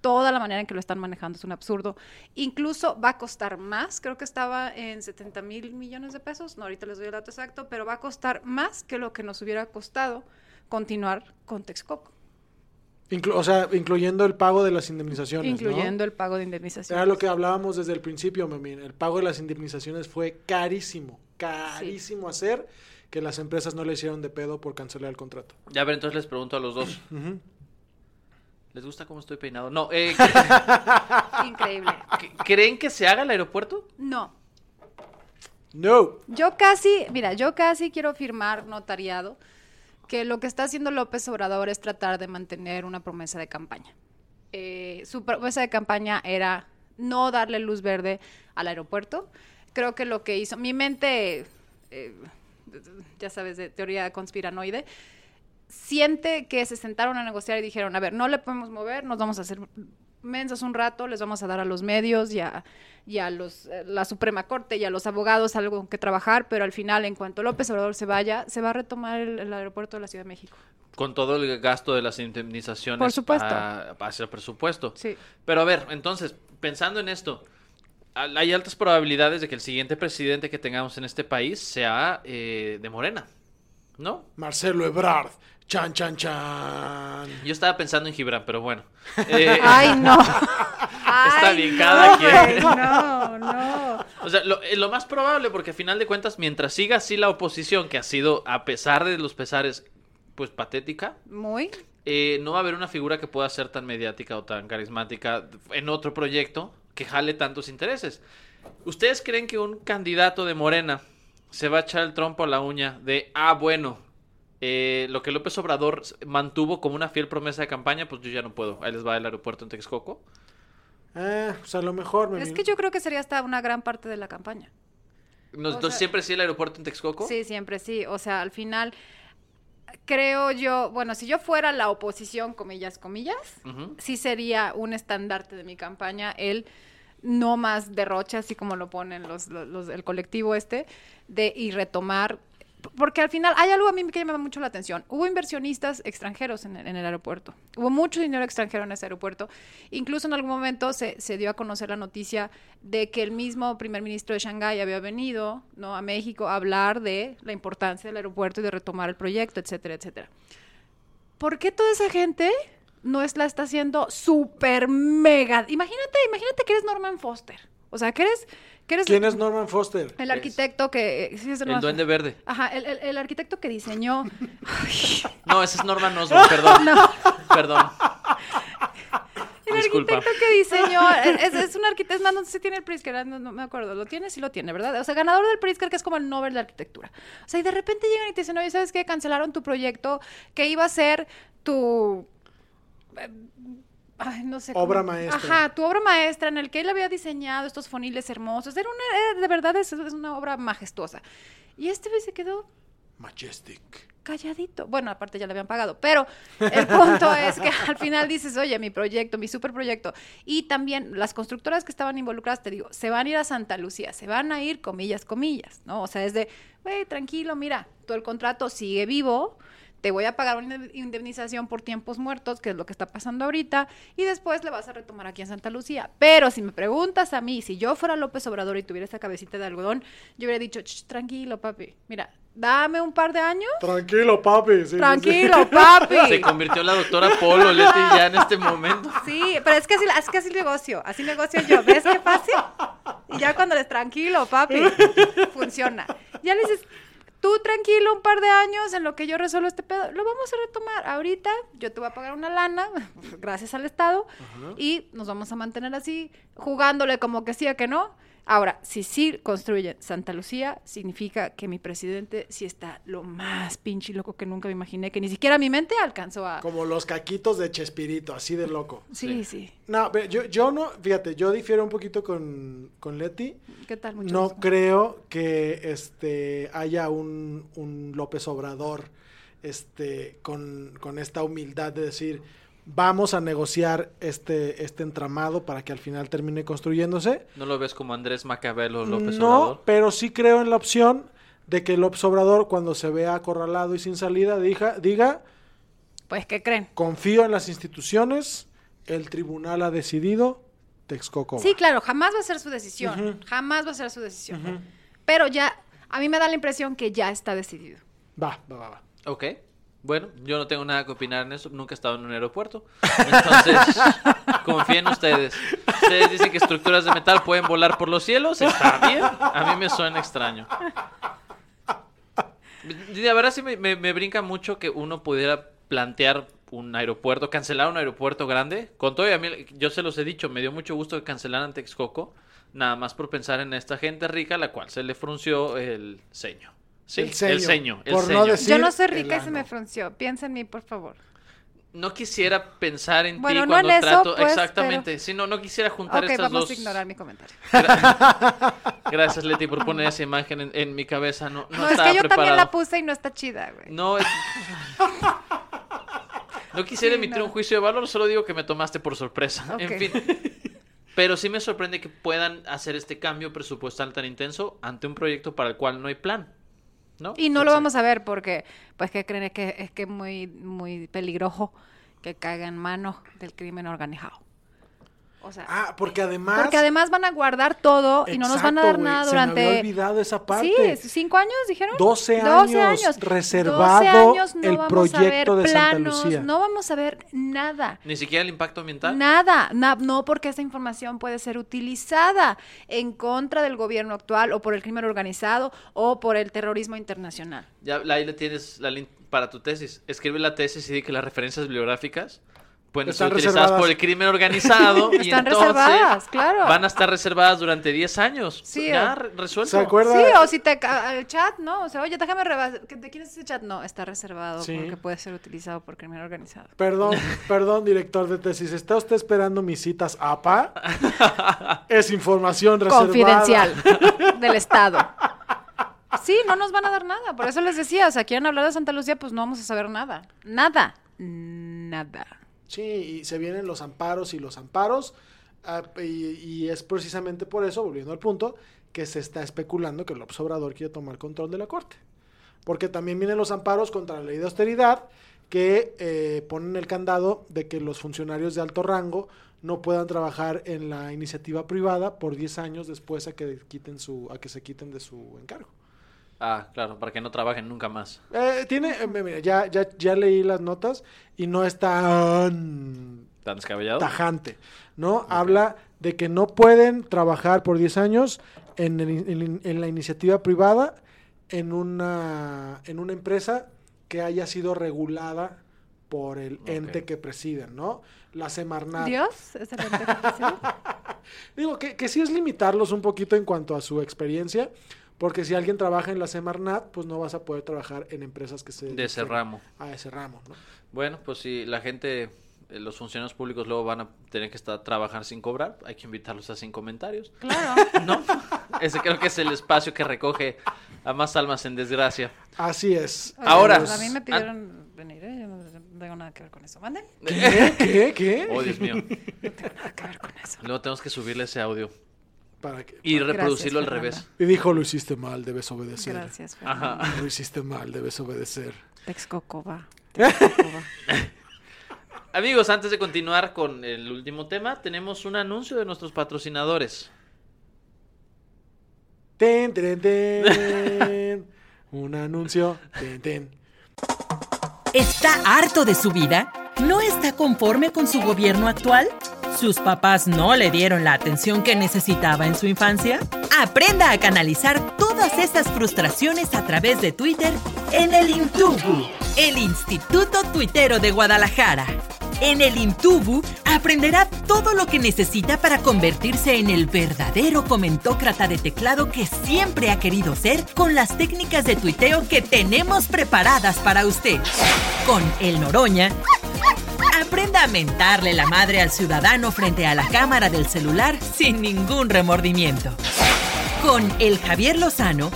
Speaker 4: toda la manera en que lo están manejando es un absurdo, incluso va a costar más, creo que estaba en 70 mil millones de pesos, no, ahorita les doy el dato exacto, pero va a costar más que lo que nos hubiera costado continuar con Texcoco.
Speaker 3: Inclu- o sea, incluyendo el pago de las indemnizaciones. ¿no?
Speaker 4: Incluyendo el pago de indemnización.
Speaker 3: Era lo que hablábamos desde el principio, Memín. El pago de las indemnizaciones fue carísimo, carísimo hacer que las empresas no le hicieron de pedo por cancelar el contrato.
Speaker 2: Ya, a ver, entonces les pregunto a los dos. ¿Les gusta cómo estoy peinado? No, eh,
Speaker 4: Increíble.
Speaker 2: ¿creen que se haga el aeropuerto?
Speaker 4: No.
Speaker 3: No.
Speaker 4: Yo casi, mira, yo casi quiero firmar notariado que lo que está haciendo López Obrador es tratar de mantener una promesa de campaña. Eh, su promesa de campaña era no darle luz verde al aeropuerto. Creo que lo que hizo, mi mente, eh, ya sabes, de teoría conspiranoide, siente que se sentaron a negociar y dijeron, a ver, no le podemos mover, nos vamos a hacer mensos un rato, les vamos a dar a los medios y a, y a los, eh, la Suprema Corte y a los abogados algo que trabajar, pero al final, en cuanto López Obrador se vaya, se va a retomar el, el aeropuerto de la Ciudad de México.
Speaker 2: Con todo el gasto de las indemnizaciones.
Speaker 4: Por supuesto.
Speaker 2: a- hacia el presupuesto.
Speaker 4: Sí.
Speaker 2: Pero a ver, entonces, pensando en esto, al- hay altas probabilidades de que el siguiente presidente que tengamos en este país sea eh, de Morena, ¿no?
Speaker 3: Marcelo Ebrard. Chan, chan, chan.
Speaker 2: Yo estaba pensando en Gibran, pero bueno. Eh,
Speaker 4: Ay, no.
Speaker 2: Está
Speaker 4: Ay,
Speaker 2: bien, cada
Speaker 4: no,
Speaker 2: quien.
Speaker 4: güey, No, no.
Speaker 2: O sea, lo, eh, lo más probable, porque a final de cuentas, mientras siga así la oposición, que ha sido, a pesar de los pesares, pues patética,
Speaker 4: Muy.
Speaker 2: eh, no va a haber una figura que pueda ser tan mediática o tan carismática en otro proyecto que jale tantos intereses. ¿Ustedes creen que un candidato de Morena se va a echar el trompo a la uña de, ah, bueno, eh, lo que López Obrador s- mantuvo como una fiel promesa de campaña, pues yo ya no puedo. Ahí les va el aeropuerto en Texcoco.
Speaker 3: Eh, pues a lo mejor me
Speaker 4: Es
Speaker 3: miro.
Speaker 4: que yo creo que sería hasta una gran parte de la campaña.
Speaker 2: Nos,
Speaker 4: O
Speaker 2: nos-
Speaker 4: sea-
Speaker 2: ¿Siempre sí el aeropuerto en Texcoco?
Speaker 4: Sí, siempre sí. O sea, al final, creo yo, bueno, si yo fuera la oposición, comillas, comillas,
Speaker 2: Ujú.
Speaker 4: sí sería un estandarte de mi campaña el no más derroche, así como lo ponen los, los- los- el colectivo este, de y retomar. Porque al final hay algo a mí que me llama mucho la atención. Hubo inversionistas extranjeros en, el- en el aeropuerto. Hubo mucho dinero extranjero en ese aeropuerto. Incluso en algún momento se, se dio a conocer la noticia de que el mismo primer ministro de Shanghái había venido ¿no? a México a hablar de la importancia del aeropuerto y de retomar el proyecto, etcétera, etcétera. ¿por qué toda esa gente no es, la está haciendo súper mega? Imagínate, imagínate que eres Norman Foster. O sea, que eres, que eres
Speaker 3: ¿Quién es Norman Foster?
Speaker 4: el arquitecto que... sí, es
Speaker 2: El
Speaker 4: Norman
Speaker 2: duende
Speaker 4: Foster.
Speaker 2: verde.
Speaker 4: Ajá, el, el- el arquitecto que diseñó... Ay,
Speaker 2: No, ese es Norman Osborn, perdón. Perdón.
Speaker 4: el
Speaker 2: Disculpa.
Speaker 4: arquitecto que diseñó... eh, Es, es un arquitecto, es más, no sé si tiene el Pritzker, ah, no, no me acuerdo. Lo tiene, sí lo tiene, ¿verdad? O sea, ganador del Pritzker, que es como el Nobel de Arquitectura. O sea, y de repente llegan y te dicen, oye, ¿sabes qué? Cancelaron tu proyecto que iba a ser tu... eh, ay, no sé.
Speaker 3: Obra maestra.
Speaker 4: Ajá, tu obra maestra en el que él había diseñado estos foniles hermosos. Era una, era- de verdad es, es una obra majestuosa. Y este güey se quedó
Speaker 3: Majestic.
Speaker 4: calladito. Bueno, aparte ya le habían pagado, pero el punto es que al final dices, oye, mi proyecto, mi super proyecto. Y también las constructoras que estaban involucradas, te digo, se van a ir a Santa Lucía, se van a ir, comillas, comillas, ¿no? O sea, es de, güey, tranquilo, mira, todo el contrato sigue vivo. Te voy a pagar una indemnización por tiempos muertos, que es lo que está pasando ahorita, y después le vas a retomar aquí en Santa Lucía. Pero si me preguntas a mí, si yo fuera López Obrador y tuviera esa cabecita de algodón, yo hubiera dicho, "Ch, tranquilo, papi, mira, dame un par de años
Speaker 3: Tranquilo, papi. sí,
Speaker 4: Tranquilo,
Speaker 3: sí, sí.
Speaker 2: Se
Speaker 4: papi.
Speaker 2: convirtió en la doctora Polo Leti ya en este momento.
Speaker 4: Sí, pero es que así, es que así negocio, así negocio yo. ¿Ves qué fácil? Y ya cuando les tranquilo, papi, funciona. Ya le dices, tú tranquilo un par de años en lo que yo resuelvo este pedo. Lo vamos a retomar. Ahorita yo te voy a pagar una lana, gracias al Estado, y nos vamos a mantener así, jugándole como que sí o que no. Ahora, si sí construyen Santa Lucía, significa que mi presidente sí está lo más pinche loco que nunca me imaginé, que ni siquiera mi mente alcanzó a...
Speaker 3: Como los caquitos de Chespirito, así de loco.
Speaker 4: Sí, sí.
Speaker 3: No, pero yo, yo no, fíjate, yo difiero un poquito con, con Leti.
Speaker 4: ¿Qué tal, mucho
Speaker 3: No
Speaker 4: gusto?
Speaker 3: creo que este haya un, un López Obrador este, con, con esta humildad de decir vamos a negociar este, este entramado para que al final termine construyéndose.
Speaker 2: ¿No lo ves como Andrés Macabelo López
Speaker 3: no,
Speaker 2: Obrador?
Speaker 3: pero sí creo en la opción de que López Obrador, cuando se vea acorralado y sin salida, diga, diga
Speaker 4: Pues, ¿qué creen?
Speaker 3: confío en las instituciones, el tribunal ha decidido, Texcoco. va".
Speaker 4: Sí, claro, jamás va a ser su decisión. Jamás va a ser su decisión. Pero ya, a mí me da la impresión que ya está decidido.
Speaker 3: Va, va, va, va.
Speaker 2: Ok. Bueno, yo no tengo nada que opinar en eso. Nunca he estado en un aeropuerto. Entonces, confíen ustedes. Ustedes dicen que estructuras de metal pueden volar por los cielos. Está bien. A mí me suena extraño. La verdad sí me, me- me brinca mucho que uno pudiera plantear un aeropuerto, cancelar un aeropuerto grande. Con todo, y a mí, yo se los he dicho, me dio mucho gusto que cancelaran Texcoco. nada más por pensar en esta gente rica, la cual se le frunció el ceño. Sí,
Speaker 3: El ceño,
Speaker 2: el ceño. el
Speaker 3: por no
Speaker 2: ceño.
Speaker 3: decir-
Speaker 4: Yo no soy
Speaker 3: el
Speaker 4: rica y se me
Speaker 3: ano.
Speaker 4: frunció. Piensa en mí, por favor.
Speaker 2: No quisiera pensar en
Speaker 4: Bueno,
Speaker 2: ti
Speaker 4: no
Speaker 2: cuando
Speaker 4: en eso,
Speaker 2: trato.
Speaker 4: pues,
Speaker 2: Exactamente. Sí, no, no quisiera juntar
Speaker 4: Ok,
Speaker 2: estas
Speaker 4: vamos
Speaker 2: dos.
Speaker 4: a ignorar mi comentario.
Speaker 2: Gracias, Leti, por poner esa imagen en, en mi cabeza. No, no,
Speaker 4: No, es
Speaker 2: estaba
Speaker 4: que yo también
Speaker 2: preparado.
Speaker 4: la puse y no está chida, güey.
Speaker 2: No es- No quisiera
Speaker 4: Sí,
Speaker 2: emitir
Speaker 4: no.
Speaker 2: un juicio de valor, solo digo que me tomaste por sorpresa.
Speaker 4: Ok.
Speaker 2: En fin. Pero sí me sorprende que puedan hacer este cambio presupuestal tan intenso ante un proyecto para el cual no hay plan. ¿No?
Speaker 4: Y no lo vamos a ver porque, pues, ¿qué creen? Es que es que es muy, muy peligroso que caiga en manos del crimen organizado. O sea,
Speaker 3: Ah, porque además.
Speaker 4: porque además van a guardar todo Oh, y no nos van a
Speaker 3: Exacto,
Speaker 4: dar
Speaker 3: güey,
Speaker 4: nada
Speaker 3: se me había
Speaker 4: durante...
Speaker 3: olvidado esa parte.
Speaker 4: Sí, es- ¿cinco años dijeron?
Speaker 3: 12 años reservado el
Speaker 4: vamos a ver
Speaker 3: proyecto de Santa
Speaker 4: planos,
Speaker 3: Lucía.
Speaker 4: No vamos a ver nada.
Speaker 2: Ni siquiera el impacto ambiental.
Speaker 4: Nada, na- no porque esa información puede ser utilizada en contra del gobierno actual o por el crimen organizado o por el terrorismo internacional.
Speaker 2: Ya la- ahí le tienes la link para tu tesis. Escribe la tesis y di que las referencias bibliográficas pueden ser
Speaker 3: Están
Speaker 2: utilizadas
Speaker 3: reservadas.
Speaker 2: por el crimen organizado. y
Speaker 4: Están
Speaker 2: entonces
Speaker 4: reservadas, claro.
Speaker 2: Van a estar reservadas durante 10 años.
Speaker 4: Sí,
Speaker 2: ya
Speaker 4: eh.
Speaker 2: re- resuelto.
Speaker 3: ¿Se acuerda?
Speaker 4: Sí, o si te ca- el chat, ¿no? O sea, oye, déjame rebasar. ¿De quién es ese chat? No, está reservado
Speaker 3: Sí.
Speaker 4: porque puede ser utilizado por crimen organizado.
Speaker 3: Perdón, perdón, director de tesis. ¿Está usted esperando mis citas APA? es información reservada.
Speaker 4: Confidencial del Estado. Sí, no nos van a dar nada. Por eso les decía, o sea, quieren hablar de Santa Lucía, pues no vamos a saber nada. Nada. Nada.
Speaker 3: Sí, y se vienen los amparos y los amparos. ah, y, y es precisamente por eso, volviendo al punto, que se está especulando que López Obrador quiere tomar control de la Corte. Porque también vienen los amparos contra la ley de austeridad que eh, ponen el candado de que los funcionarios de alto rango no puedan trabajar en la iniciativa privada por 10 años después a que, quiten su, a que se quiten de su encargo.
Speaker 2: Ah, claro, para que no trabajen nunca más.
Speaker 3: Eh, tiene, eh, mira, ya, ya, ya leí las notas y no están
Speaker 2: ¿Tan descabellado?
Speaker 3: tajante, ¿no? Habla de que no pueden trabajar por 10 años en, el in- en- en la iniciativa privada en una, en una empresa que haya sido regulada por el ente que presiden, ¿no? La Semarnat.
Speaker 4: Dios, es el ente que quisiera.
Speaker 3: Digo, que, que sí es limitarlos un poquito en cuanto a su experiencia, porque si alguien trabaja en la Semarnat, pues no vas a poder trabajar en empresas que se...
Speaker 2: De ese
Speaker 3: dediquen
Speaker 2: ramo.
Speaker 3: A ese ramo, ¿no?
Speaker 2: Bueno, pues si la gente, eh, los funcionarios públicos luego van a tener que estar, trabajar sin cobrar, hay que invitarlos a sin comentarios.
Speaker 4: Claro.
Speaker 2: ¿No? Ese creo que es el espacio que recoge a más almas en desgracia.
Speaker 3: Así es.
Speaker 4: Oye,
Speaker 2: Ahora.
Speaker 4: pues, A mí me
Speaker 2: Ah.
Speaker 4: pidieron venir, ¿eh? Yo no no tengo nada que ver con eso. Manden,
Speaker 3: ¿Qué? ¿Qué? ¿Qué?
Speaker 2: Oh, Dios mío.
Speaker 4: nada que ver con eso.
Speaker 2: Luego tenemos que subirle ese audio
Speaker 3: Para que-
Speaker 2: y reproducirlo al
Speaker 4: Fernanda.
Speaker 2: revés.
Speaker 3: Y dijo, lo hiciste mal, debes obedecer.
Speaker 4: Gracias, Fernando.
Speaker 2: Ajá.
Speaker 3: Lo hiciste mal, debes obedecer.
Speaker 4: Texcocoba. Texcocoba.
Speaker 2: Amigos, antes de continuar con el último tema, tenemos un anuncio de nuestros patrocinadores.
Speaker 3: Ten, ten, ten. Un anuncio. Ten, ten.
Speaker 5: ¿Está harto de su vida? ¿No está conforme con su gobierno actual? ¿Sus papás no le dieron la atención que necesitaba en su infancia? Aprenda a canalizar todas esas frustraciones a través de Twitter en el Intubu, el Instituto Tuitero de Guadalajara. En el Intubu aprenderá todo lo que necesita para convertirse en el verdadero comentócrata de teclado que siempre ha querido ser con las técnicas de tuiteo que tenemos preparadas para usted. Con el Noroña, aprenda a mentarle la madre al ciudadano frente a la cámara del celular sin ningún remordimiento. Con el Javier Lozano,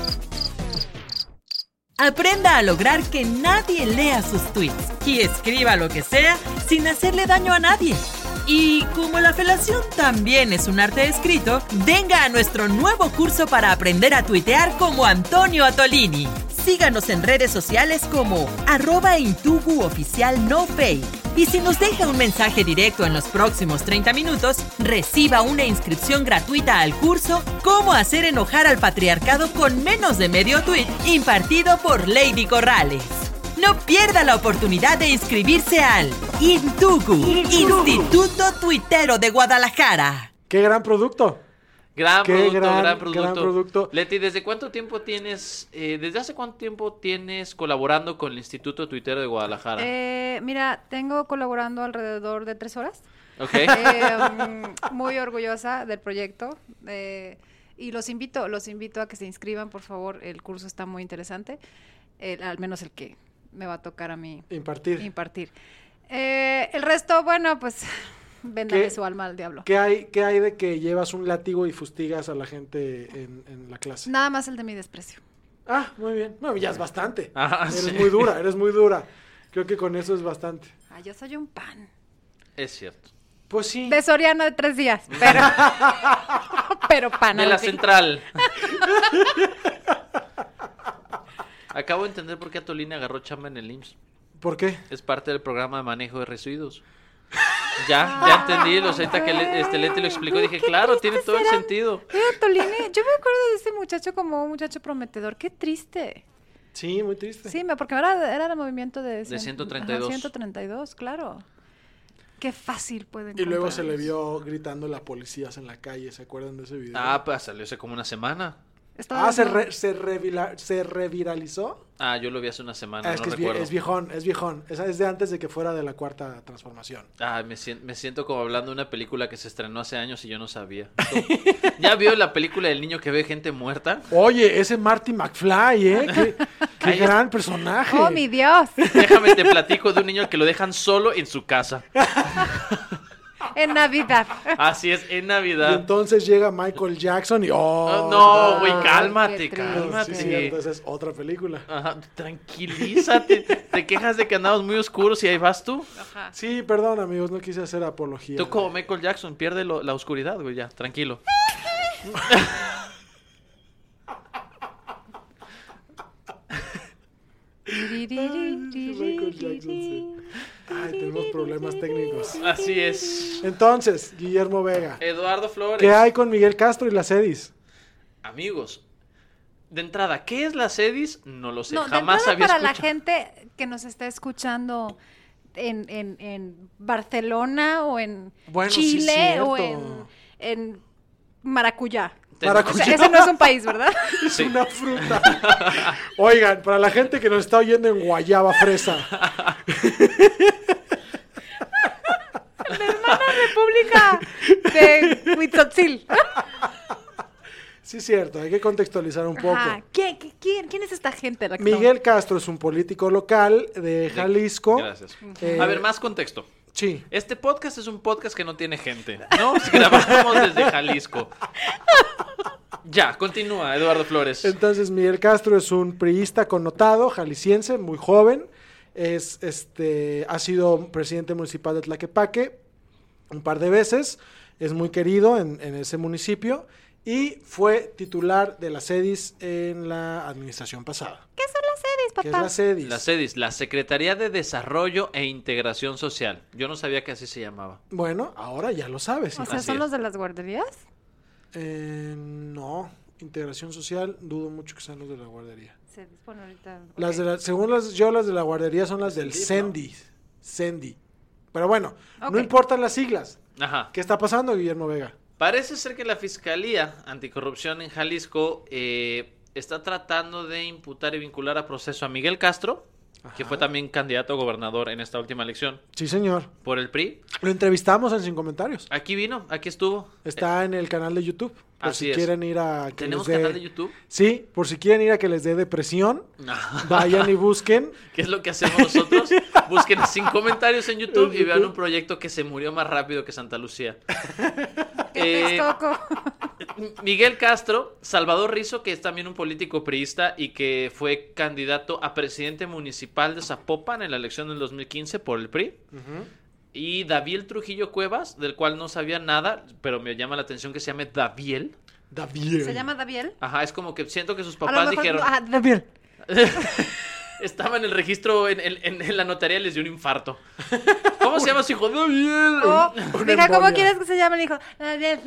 Speaker 5: Aprenda a lograr que nadie lea sus tweets y escriba lo que sea sin hacerle daño a nadie. Y como la felación también es un arte escrito, venga a nuestro nuevo curso para aprender a tuitear como Antonio Atolini. Síganos en redes sociales como arroba Intugu oficial no fake. Y si nos deja un mensaje directo en los próximos 30 minutos, reciba una inscripción gratuita al curso Cómo hacer enojar al patriarcado con menos de medio tweet, impartido por Lady Corrales. No pierda la oportunidad de inscribirse al Intugu, Instituto Tuitero de Guadalajara.
Speaker 3: ¡Qué gran producto!
Speaker 2: Gran
Speaker 3: Qué
Speaker 2: producto, gran,
Speaker 3: gran-
Speaker 2: producto.
Speaker 3: gran producto.
Speaker 2: Leti, ¿desde cuánto tiempo tienes, eh, desde hace cuánto tiempo tienes colaborando con el Instituto Twitter de Guadalajara?
Speaker 4: Eh, mira, tengo colaborando alrededor de tres horas.
Speaker 2: ok.
Speaker 4: Eh, mm, muy orgullosa del proyecto. eh, y los invito, los invito a que se inscriban, por favor. El curso está muy interesante. el- al menos el que me va a tocar a mí
Speaker 3: Impartir.
Speaker 4: impartir. Eh, el resto, bueno, pues véndale
Speaker 3: ¿Qué?
Speaker 4: su alma al diablo.
Speaker 3: ¿Qué hay, ¿Qué hay de que llevas un látigo y fustigas a la gente en, en la clase?
Speaker 4: Nada más el de mi desprecio.
Speaker 3: Ah, muy bien. Bueno, ya es bastante.
Speaker 2: Ah,
Speaker 3: eres
Speaker 2: sí.
Speaker 3: muy dura, eres muy dura. Creo que con eso es bastante.
Speaker 4: Ah, yo soy un pan.
Speaker 2: Es cierto.
Speaker 3: Pues sí.
Speaker 4: De Soriana de tres días, pero, pero pan.
Speaker 2: De la
Speaker 4: al fin.
Speaker 2: central. Acabo de entender por qué Atolini agarró chamba en el IMSS.
Speaker 3: ¿Por qué?
Speaker 2: Es parte del programa de manejo de residuos. Ya, ya entendí. Lo ahorita que
Speaker 4: Ah,
Speaker 2: le- este Leti lo explicó, dije, claro, tiene todo el sentido.
Speaker 4: Mira, Tolini, yo me acuerdo de ese muchacho como un muchacho prometedor. Qué triste.
Speaker 3: Sí, muy triste.
Speaker 4: Sí, me- porque era, era el movimiento de... cien-
Speaker 2: 132.
Speaker 4: ajá, 132, claro. Qué fácil pueden
Speaker 3: Y luego se le vio
Speaker 4: comprarlos.
Speaker 3: gritando a policías en la calle, ¿se acuerdan de ese video?
Speaker 2: Ah, pues salió hace como una semana.
Speaker 4: Estaba
Speaker 3: Ah, se,
Speaker 4: viendo-
Speaker 3: re- se, revila- se reviralizó.
Speaker 2: Ah, yo lo vi hace una semana,
Speaker 3: Ah, es
Speaker 2: no
Speaker 3: que es, vie-
Speaker 2: recuerdo.
Speaker 3: es viejón, es viejón. Esa es de antes de que fuera de la cuarta transformación.
Speaker 2: Ah, me, sien- me siento como hablando de una película que se estrenó hace años y yo no sabía. ¿Ya vio la película del niño que ve gente muerta?
Speaker 3: Oye, ese Marty McFly, ¿eh? Qué, qué
Speaker 2: Ahí es-
Speaker 3: gran personaje.
Speaker 4: ¡Oh, mi Dios!
Speaker 2: Déjame te platico de un niño que lo dejan solo en su casa.
Speaker 4: En Navidad.
Speaker 2: Así es, en
Speaker 3: Y
Speaker 2: Navidad.
Speaker 3: entonces llega Michael Jackson y. ¡Oh!
Speaker 2: Ah, no, güey,
Speaker 4: Ay,
Speaker 2: cálmate,
Speaker 4: qué triste.
Speaker 2: cálmate.
Speaker 3: Sí, cierto, esa es otra película.
Speaker 2: Ajá, tranquilízate. Te quejas de que andamos muy oscuros y ahí vas tú.
Speaker 3: Sí, perdón, amigos, no quise hacer apología.
Speaker 2: Tú como Michael Jackson, pierde lo- la oscuridad, güey, ya, tranquilo.
Speaker 3: Michael Jackson, sí. Ay, tenemos problemas técnicos.
Speaker 2: Así es.
Speaker 3: Entonces, Guillermo Vega,
Speaker 2: Eduardo Flores.
Speaker 3: ¿qué hay con Miguel Castro y las Edis?
Speaker 2: Amigos, de entrada, ¿qué es la sedis? No lo sé,
Speaker 4: No, de
Speaker 2: jamás
Speaker 4: entrada
Speaker 2: había
Speaker 4: para la
Speaker 2: escuchado.
Speaker 4: gente que nos está escuchando en, en- en Barcelona o en
Speaker 3: Bueno, sí,
Speaker 4: Chile o en,
Speaker 3: cierto.
Speaker 4: en Maracuyá.
Speaker 2: Te-
Speaker 3: Para
Speaker 4: O sea,
Speaker 3: Cuyo.
Speaker 4: ese no es un país, ¿verdad?
Speaker 2: Sí.
Speaker 3: Una fruta. Oigan, para la gente que nos está oyendo en Guayaba Fresa,
Speaker 4: República de Huitzotzil.
Speaker 3: sí es cierto, hay que contextualizar un poco.
Speaker 4: Ajá. ¿Quién, qué- quién, quién es esta gente? la que
Speaker 3: Miguel Castro es un político local de Jalisco.
Speaker 2: Gracias.
Speaker 3: Eh,
Speaker 2: A ver, más contexto.
Speaker 3: Sí.
Speaker 2: Este podcast es un podcast que no tiene gente, ¿no? Grabamos desde Jalisco. Ya, continúa, Eduardo Flores.
Speaker 3: Entonces, Miguel Castro es un priista connotado, jalisciense, muy joven. Es, este, ha sido presidente municipal de Tlaquepaque un par de veces. Es muy querido en, en ese municipio. Y fue titular de la SEDIS en la administración pasada.
Speaker 4: estamos- ¿Qué son las series,
Speaker 3: que
Speaker 4: papá?
Speaker 3: es la E SEDIS.
Speaker 2: La E SEDIS, la Secretaría de Desarrollo e Integración Social. Yo no sabía que así se llamaba.
Speaker 3: Bueno, ahora ya lo sabes.
Speaker 4: O sea,
Speaker 2: Así
Speaker 4: ¿son
Speaker 2: es.
Speaker 4: los de las guarderías?
Speaker 3: Eh, no, integración social, dudo mucho que sean los de la guardería.
Speaker 4: Se dispone ahorita.
Speaker 3: Las
Speaker 4: ok.
Speaker 3: de la- según las, yo, las de la guardería son las del E Sendy. Sendy. Pero bueno,
Speaker 4: Ok.
Speaker 3: no importan las siglas.
Speaker 2: Ajá.
Speaker 3: ¿Qué está pasando, Guillermo Vega?
Speaker 2: Parece ser que la Fiscalía Anticorrupción en Jalisco eh, está tratando de imputar y vincular a proceso a Miguel Castro, que fue también candidato a gobernador en esta última elección
Speaker 3: Sí, señor.
Speaker 2: por el PRI.
Speaker 3: Lo entrevistamos en Sin Comentarios.
Speaker 2: Aquí vino, aquí estuvo.
Speaker 3: Está en el canal de YouTube. Por
Speaker 2: Eh, así
Speaker 3: si
Speaker 2: es.
Speaker 3: quieren ir a. que
Speaker 2: ¿Tenemos
Speaker 3: les dé-
Speaker 2: canal de YouTube? Ah.
Speaker 3: Sí, por si quieren ir a que les dé depresión,
Speaker 2: No.
Speaker 3: vayan y busquen.
Speaker 2: ¿Qué es lo que hacemos nosotros? Busquen sin comentarios en YouTube y vean un proyecto que se murió más rápido que Santa Lucía.
Speaker 4: ¿Qué
Speaker 2: Eh,
Speaker 4: Texcoco?
Speaker 2: Miguel Castro, Salvador Rizo, que es también un político priista y que fue candidato a presidente municipal de Zapopan en la elección del 2015 por el PRI. Y Daviel Trujillo Cuevas, del cual no sabía nada, pero me llama la atención que se llame Daviel.
Speaker 3: David.
Speaker 4: ¿Se llama Daviel?
Speaker 2: Ajá, es como que siento que sus
Speaker 4: A lo
Speaker 2: papás
Speaker 4: mejor-
Speaker 2: dijeron...
Speaker 4: Ah, Daviel.
Speaker 2: Estaba en el registro, en, en- en- en la notaría les dio un infarto. ¿Cómo se llama su hijo? Daviel.
Speaker 4: Oh,
Speaker 3: Una
Speaker 4: mija, ¿cómo "Ah,
Speaker 3: embolia.
Speaker 4: quieres que se llame el hijo? Daviel.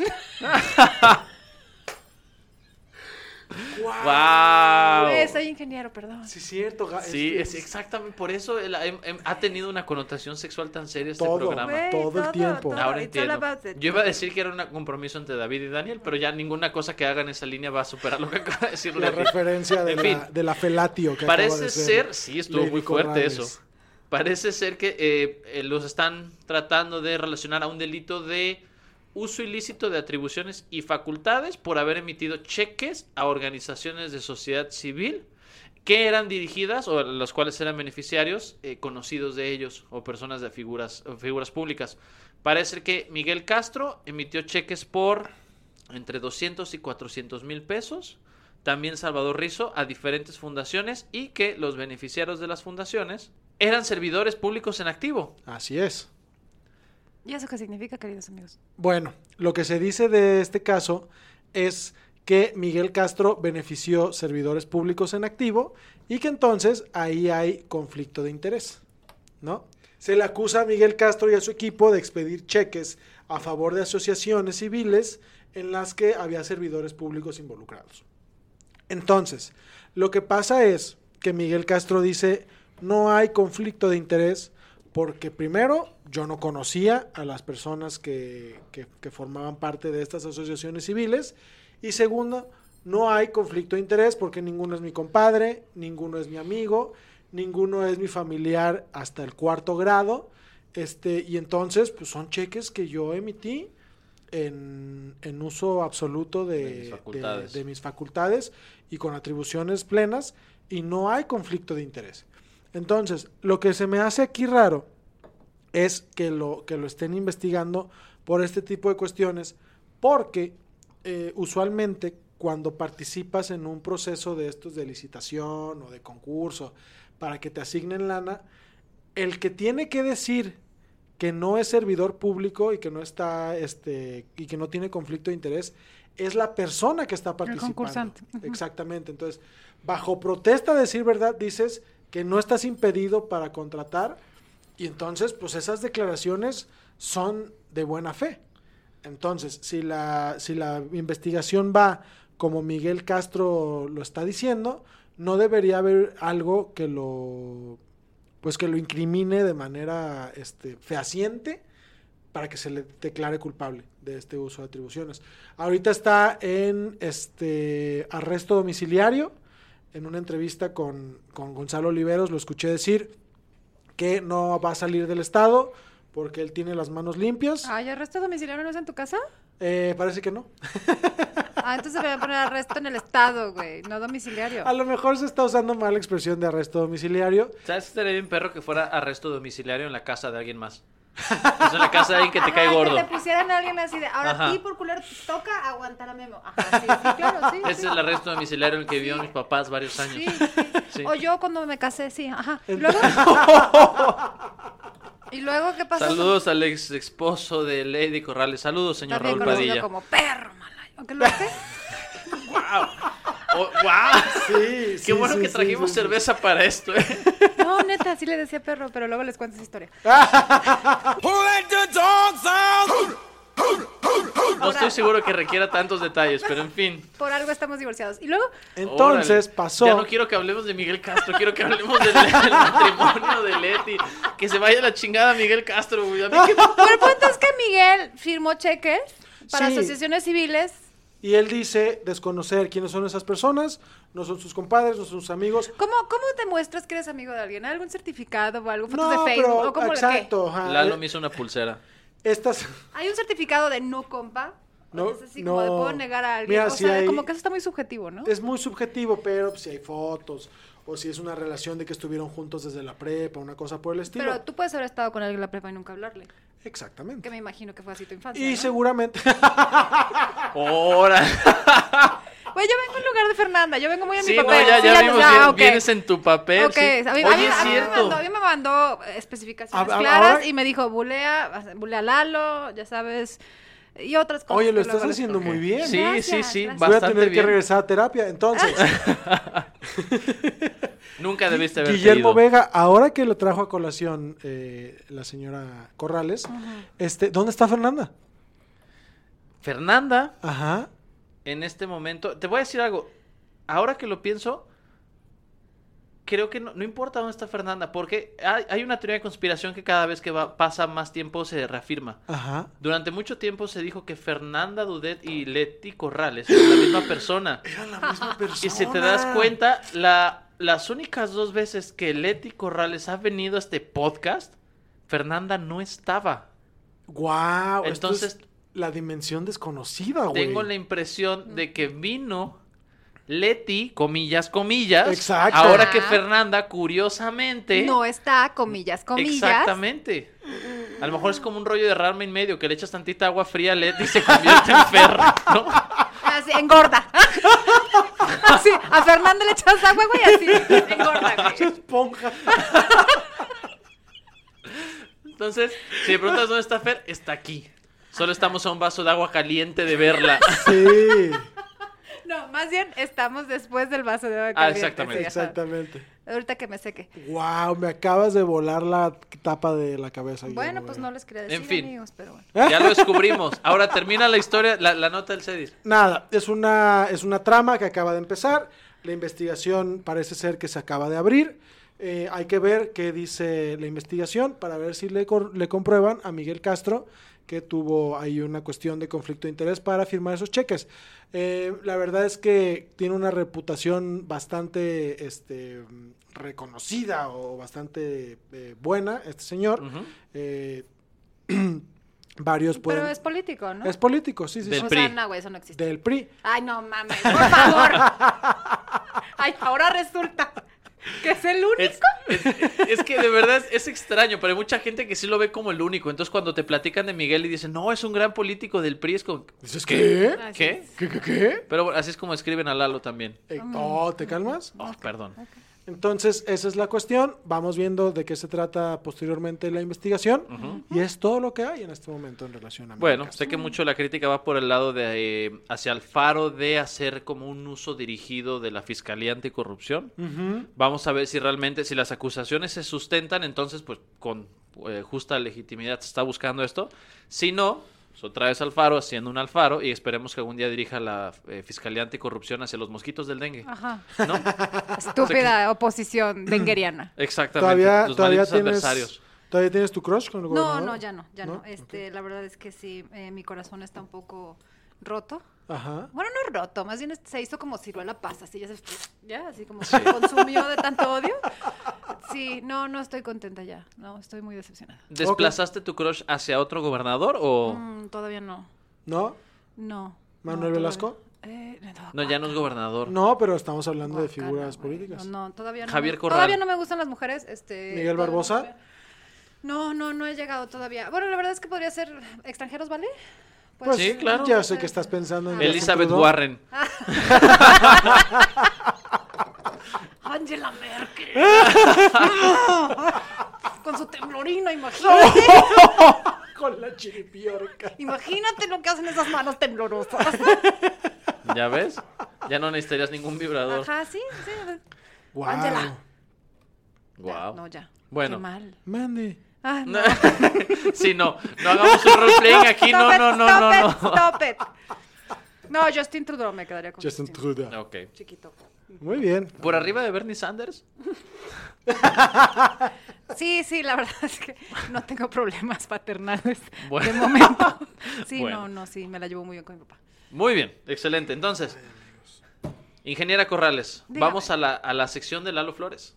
Speaker 2: ¡Wow!
Speaker 4: Eh, soy ingeniero, perdón.
Speaker 3: Sí, cierto. ga-
Speaker 2: Sí,
Speaker 3: este,
Speaker 2: es exactamente por eso el- em- em- ha tenido una connotación sexual tan seria este
Speaker 3: Todo.
Speaker 2: programa.
Speaker 4: Güey,
Speaker 3: todo el tiempo.
Speaker 4: todo,
Speaker 2: Ahora
Speaker 4: it's all
Speaker 2: entiendo.
Speaker 4: about it.
Speaker 2: Yo iba a decir que era un compromiso entre David y Daniel, pero ya ninguna cosa que hagan en esa línea va a superar lo que acaba de decir
Speaker 3: La
Speaker 2: Lady.
Speaker 3: referencia de,
Speaker 2: En
Speaker 3: la,
Speaker 2: fin.
Speaker 3: de la felatio que acaba
Speaker 2: Parece
Speaker 3: de
Speaker 2: ser, sí, estuvo
Speaker 3: Lady
Speaker 2: muy fuerte
Speaker 3: Corrales.
Speaker 2: eso. Parece ser que eh, eh, los están tratando de relacionar a un delito de uso ilícito de atribuciones y facultades por haber emitido cheques a organizaciones de sociedad civil que eran dirigidas o los cuales eran beneficiarios eh, conocidos de ellos o personas de figuras, o figuras públicas. Parece que Miguel Castro emitió cheques por entre 200 y 400 mil pesos. También Salvador Rizo a diferentes fundaciones y que los beneficiarios de las fundaciones eran servidores públicos en activo.
Speaker 3: Así es.
Speaker 4: ¿Y eso qué significa, queridos amigos?
Speaker 3: Bueno, lo que se dice de este caso es que Miguel Castro benefició servidores públicos en activo y que entonces ahí hay conflicto de interés, ¿no? Se le acusa a Miguel Castro y a su equipo de expedir cheques a favor de asociaciones civiles en las que había servidores públicos involucrados. Entonces, lo que pasa es que Miguel Castro dice, no hay conflicto de interés porque primero yo no conocía a las personas que, que- que formaban parte de estas asociaciones civiles y segundo, no hay conflicto de interés porque ninguno es mi compadre, ninguno es mi amigo, ninguno es mi familiar hasta el cuarto grado. Este, y entonces, pues son cheques que yo emití en, en uso absoluto de,
Speaker 2: De mis
Speaker 3: de-
Speaker 2: facultades.
Speaker 3: de mis facultades y con atribuciones plenas y no hay conflicto de interés. Entonces, lo que se me hace aquí raro es que lo, que lo estén investigando por este tipo de cuestiones, porque eh, usualmente cuando participas en un proceso de estos de licitación o de concurso para que te asignen lana, el que tiene que decir que no es servidor público y que no está este y que no tiene conflicto de interés es la persona que está participando.
Speaker 4: concursante. Ujú.
Speaker 3: Exactamente. Entonces, bajo protesta de decir verdad dices que no estás impedido para contratar y entonces pues esas declaraciones son de buena fe. Entonces, si la, si la investigación va como Miguel Castro lo está diciendo, no debería haber algo que lo pues que lo incrimine de manera este, fehaciente para que se le declare culpable de este uso de atribuciones. Ahorita está en este arresto domiciliario. En una entrevista con, con Gonzalo Oliveros lo escuché decir que no va a salir del estado porque él tiene las manos limpias.
Speaker 4: Ay, arresto domiciliario no es en tu casa?
Speaker 3: Eh, parece que no.
Speaker 4: Ah, entonces le voy a poner arresto en el estado, güey, no domiciliario.
Speaker 3: A lo mejor se está usando mal la expresión de arresto domiciliario.
Speaker 2: ¿Sabes? Estaría bien perro que fuera arresto domiciliario en la casa de alguien más. Pues en la casa de alguien que te cae
Speaker 4: Ajá,
Speaker 2: gordo.
Speaker 4: Que te pusieran a alguien así de, ahora
Speaker 2: Ajá.
Speaker 4: a ti por culero te toca aguantar a Memo. Ajá, sí, sí, claro, sí.
Speaker 2: Ese
Speaker 4: sí.
Speaker 2: es el arresto domiciliario en el que vivió mis papás varios años.
Speaker 4: Sí, sí.
Speaker 2: Sí.
Speaker 4: O yo cuando me casé, sí, ajá. Y luego... ¿Y luego qué pasó?
Speaker 2: Saludos al ex esposo de Lady Corrales. Saludos, señor
Speaker 4: También
Speaker 2: Raúl
Speaker 4: conocido
Speaker 2: Padilla.
Speaker 4: como perro, malay. ¿O qué lo haces?
Speaker 2: Oh, ¡Wow!
Speaker 3: Sí,
Speaker 2: Qué bueno que trajimos cerveza para esto, ¿eh?
Speaker 4: No, neta, sí le decía perro, pero luego les cuento esa historia.
Speaker 2: No estoy seguro que requiera tantos detalles, pero en fin.
Speaker 4: Por algo estamos divorciados. Y luego,
Speaker 3: Entonces
Speaker 2: Órale.
Speaker 3: pasó.
Speaker 2: Ya no quiero que hablemos de Miguel Castro, quiero que hablemos del, del matrimonio de Leti. Que se vaya la chingada Miguel Castro, güey. A mí que-
Speaker 4: pero el punto es que Miguel firmó cheques para
Speaker 3: Sí.
Speaker 4: asociaciones civiles.
Speaker 3: Y él dice desconocer quiénes son esas personas, no son sus compadres, no son sus amigos.
Speaker 4: ¿Cómo, ¿Cómo demuestras que eres amigo de alguien? ¿Algún certificado o algo? ¿Fotos
Speaker 3: no,
Speaker 4: de Facebook?
Speaker 3: pero
Speaker 4: ¿O cómo le- qué?
Speaker 3: exacto, ajá.
Speaker 2: Lalo me
Speaker 3: Eh,
Speaker 2: hizo una pulsera.
Speaker 3: Estas
Speaker 4: ¿Hay un certificado de no compa?
Speaker 3: No,
Speaker 4: No, es así como de
Speaker 3: no.
Speaker 4: puedo negar a alguien.
Speaker 3: Mira,
Speaker 4: o
Speaker 3: si
Speaker 4: sea,
Speaker 3: hay-
Speaker 4: como que eso está muy subjetivo, ¿no?
Speaker 3: es muy subjetivo, pero pues, si hay fotos o si es una relación de que estuvieron juntos desde la prepa, una cosa por el estilo.
Speaker 4: Pero tú puedes haber estado con alguien en la prepa y nunca hablarle. Que
Speaker 3: Exactamente.
Speaker 4: me imagino que fue así tu infancia.
Speaker 3: Y
Speaker 4: ¿no?
Speaker 3: seguramente
Speaker 2: Ahora.
Speaker 4: Güey, yo vengo en lugar de Fernanda, yo vengo muy en
Speaker 2: Sí,
Speaker 4: mi
Speaker 2: no,
Speaker 4: papel.
Speaker 2: ya,
Speaker 4: Sí,
Speaker 2: ya
Speaker 4: ya-
Speaker 2: vimos.
Speaker 4: ah,
Speaker 2: bien-
Speaker 4: ok.
Speaker 2: Vienes en tu papel.
Speaker 4: Ok,
Speaker 2: sí.
Speaker 4: a mí, a mí-
Speaker 2: Oye, es
Speaker 4: a mí me
Speaker 2: cierto.
Speaker 4: mandó, a mí me mandó, eh, especificaciones
Speaker 3: A- a-
Speaker 4: claras
Speaker 3: ahora-
Speaker 4: y me dijo, bulea, bulea a Lalo, ya sabes, y otras cosas.
Speaker 3: Oye, lo
Speaker 4: que luego
Speaker 3: estás
Speaker 4: les-
Speaker 3: haciendo muy bien.
Speaker 2: Sí, sí,
Speaker 4: Gracias,
Speaker 2: sí.
Speaker 4: gracias.
Speaker 3: Voy a
Speaker 2: Bastante
Speaker 3: tener que
Speaker 2: bien.
Speaker 3: regresar a terapia. Entonces,
Speaker 2: Nunca debiste haber pedido.
Speaker 3: Guillermo Vega, ahora que lo trajo a colación eh, la señora Corrales, este, ¿dónde está Fernanda?
Speaker 2: Fernanda,
Speaker 3: Ajá.
Speaker 2: en este momento, te voy a decir algo. ahora que lo pienso, creo que no, no importa dónde está Fernanda, porque hay, hay una teoría de conspiración que cada vez que va- pasa más tiempo se reafirma.
Speaker 3: Ajá.
Speaker 2: Durante mucho tiempo se dijo que Fernanda Dudet y Leti Corrales eran la misma persona.
Speaker 3: Eran la misma persona.
Speaker 2: Y si te das cuenta, la- las únicas dos veces que Leti Corrales ha venido a este podcast, Fernanda no estaba.
Speaker 3: Wow. Entonces.
Speaker 2: Entonces-
Speaker 3: la dimensión desconocida, Ah, güey.
Speaker 2: Tengo la impresión de que vino Leti, comillas, comillas.
Speaker 3: Exacto.
Speaker 2: Ahora
Speaker 4: Ajá.
Speaker 2: que Fernanda, curiosamente.
Speaker 4: No está, comillas, comillas.
Speaker 2: Exactamente. A lo mejor es como un rollo de ramen medio que le echas tantita agua fría a Leti y se convierte en ferra, ¿no?
Speaker 4: Así, engorda. Así, a Fernanda le echas agua, güey, así, engorda, güey.
Speaker 3: Esponja.
Speaker 2: Entonces, si me preguntas dónde está Fer, está aquí. Solo estamos a un vaso de agua caliente de verla.
Speaker 3: Sí.
Speaker 4: No, más bien estamos después del vaso de agua
Speaker 2: Ah,
Speaker 4: caliente,
Speaker 2: exactamente.
Speaker 4: sí, ajá.
Speaker 3: Exactamente.
Speaker 4: Ahorita que me seque.
Speaker 3: Wow, me acabas de volar la tapa de la cabeza.
Speaker 4: Bueno,
Speaker 3: Guillermo,
Speaker 4: pues
Speaker 3: güey.
Speaker 4: no les quería decir,
Speaker 2: En fin.
Speaker 4: amigos, pero bueno.
Speaker 2: Ya lo descubrimos. Ahora termina la historia, la, la nota del CEDIR.
Speaker 3: Nada, es una, es una trama que acaba de empezar. La investigación parece ser que se acaba de abrir. Eh, hay que ver qué dice la investigación para ver si le, cor- le comprueban a Miguel Castro que tuvo ahí una cuestión de conflicto de interés para firmar esos cheques. Eh, la verdad es que tiene una reputación bastante este, reconocida o bastante eh, buena este señor.
Speaker 2: Ujú.
Speaker 3: Eh, varios pueden...
Speaker 4: Pero es político, ¿no?
Speaker 3: Pues, es político, sí, sí,
Speaker 2: Del
Speaker 3: sí.
Speaker 4: o
Speaker 2: PRI.
Speaker 4: sea, no, güey, eso no existe.
Speaker 3: Del PRI.
Speaker 4: Ay, no mames, por favor. Ay, ahora resulta que es el único.
Speaker 2: Es, es- es que de verdad es, es extraño, pero hay mucha gente que sí lo ve como el único. Entonces, cuando te platican de Miguel y dicen, no, es un gran político del PRI, es como,
Speaker 3: ¿Dices Pues, qué?
Speaker 4: Así
Speaker 2: ¿qué?
Speaker 4: es.
Speaker 3: ¿Qué, qué, qué?
Speaker 2: Pero bueno, así es como escriben a Lalo también.
Speaker 3: Eh, oh, ¿te calmas?
Speaker 2: Oh, perdón.
Speaker 3: Entonces, esa es la cuestión. Vamos viendo de qué se trata posteriormente la investigación. Y es todo lo que hay en este momento en relación a Miguel
Speaker 2: Bueno,
Speaker 3: Castro.
Speaker 2: sé que mucho la crítica va por el lado de eh, hacia el faro de hacer como un uso dirigido de la Fiscalía Anticorrupción. Vamos a ver si realmente, si las acusaciones se sustentan, entonces pues con eh, justa legitimidad se está buscando esto. Si no, pues, otra vez Alfaro haciendo un Alfaro y esperemos que algún día dirija la eh, Fiscalía Anticorrupción hacia los mosquitos del dengue.
Speaker 4: Ajá.
Speaker 2: ¿No?
Speaker 4: Estúpida oposición dengueriana.
Speaker 2: Exactamente.
Speaker 3: todavía,
Speaker 2: los
Speaker 3: todavía
Speaker 2: malditos
Speaker 3: tienes,
Speaker 2: adversarios.
Speaker 3: todavía tienes tu crush con el
Speaker 4: No,
Speaker 3: gobernador.
Speaker 4: no, ya no, ya no.
Speaker 3: ¿No?
Speaker 4: Este, la verdad es que sí, eh, mi corazón está un poco roto.
Speaker 3: Ajá.
Speaker 4: Bueno, no roto, más bien se hizo como ciruela pasa, así ya se ya, así como se consumió de tanto odio. Sí, no, no estoy contenta ya. No, estoy muy decepcionada.
Speaker 2: ¿Desplazaste tu crush hacia otro gobernador o...?
Speaker 4: Mm, todavía no.
Speaker 3: ¿No?
Speaker 4: No.
Speaker 3: ¿Manuel
Speaker 4: no, todavía-
Speaker 3: Velasco?
Speaker 4: Eh,
Speaker 2: No, ya no es gobernador.
Speaker 3: No, pero estamos hablando de
Speaker 4: Guácala,
Speaker 3: figuras
Speaker 4: güey.
Speaker 3: políticas.
Speaker 4: No, todavía no.
Speaker 2: Javier
Speaker 4: me-
Speaker 2: Corral.
Speaker 4: Todavía no me gustan las mujeres. Este,
Speaker 3: ¿Miguel
Speaker 4: todavía no
Speaker 3: Barbosa?
Speaker 4: me- No, no, no he llegado todavía. Bueno, la verdad es que podría ser extranjeros, ¿vale?
Speaker 3: Pues,
Speaker 2: Sí, claro.
Speaker 3: Ya sé que estás pensando en...
Speaker 2: Elizabeth
Speaker 3: Justin Trudeau.
Speaker 2: Warren.
Speaker 4: Angela Merkel. Con su temblorina, imagínate.
Speaker 3: Con la chiripiorca.
Speaker 4: Imagínate lo que hacen esas manos temblorosas.
Speaker 2: ¿Ya ves? Ya no necesitarías ningún vibrador.
Speaker 4: Ajá, sí, sí.
Speaker 3: Wow.
Speaker 4: Ángela.
Speaker 2: Wow.
Speaker 4: No, ya.
Speaker 2: Bueno. eh,
Speaker 4: Qué mal.
Speaker 3: Mande.
Speaker 4: Ah, no.
Speaker 2: Sí, no. No hagamos un roleplaying aquí. No,
Speaker 4: Stop
Speaker 2: no,
Speaker 4: it,
Speaker 2: no,
Speaker 4: stop
Speaker 2: no,
Speaker 4: it,
Speaker 2: no.
Speaker 4: Stop it. No, Justin Trudeau me quedaría con
Speaker 3: Justin Trudeau.
Speaker 2: Ok.
Speaker 4: Chiquito.
Speaker 3: Muy bien.
Speaker 2: ¿Por arriba de Bernie Sanders?
Speaker 4: Sí, sí, la verdad es que no tengo problemas paternales
Speaker 2: Bueno.
Speaker 4: de momento. Sí,
Speaker 2: Bueno.
Speaker 4: no, no, sí, me la llevo muy bien con mi papá.
Speaker 2: Muy bien. Excelente. Entonces, ingeniera Corrales,
Speaker 4: Dígame.
Speaker 2: vamos a la, a la sección de Lalo Flores.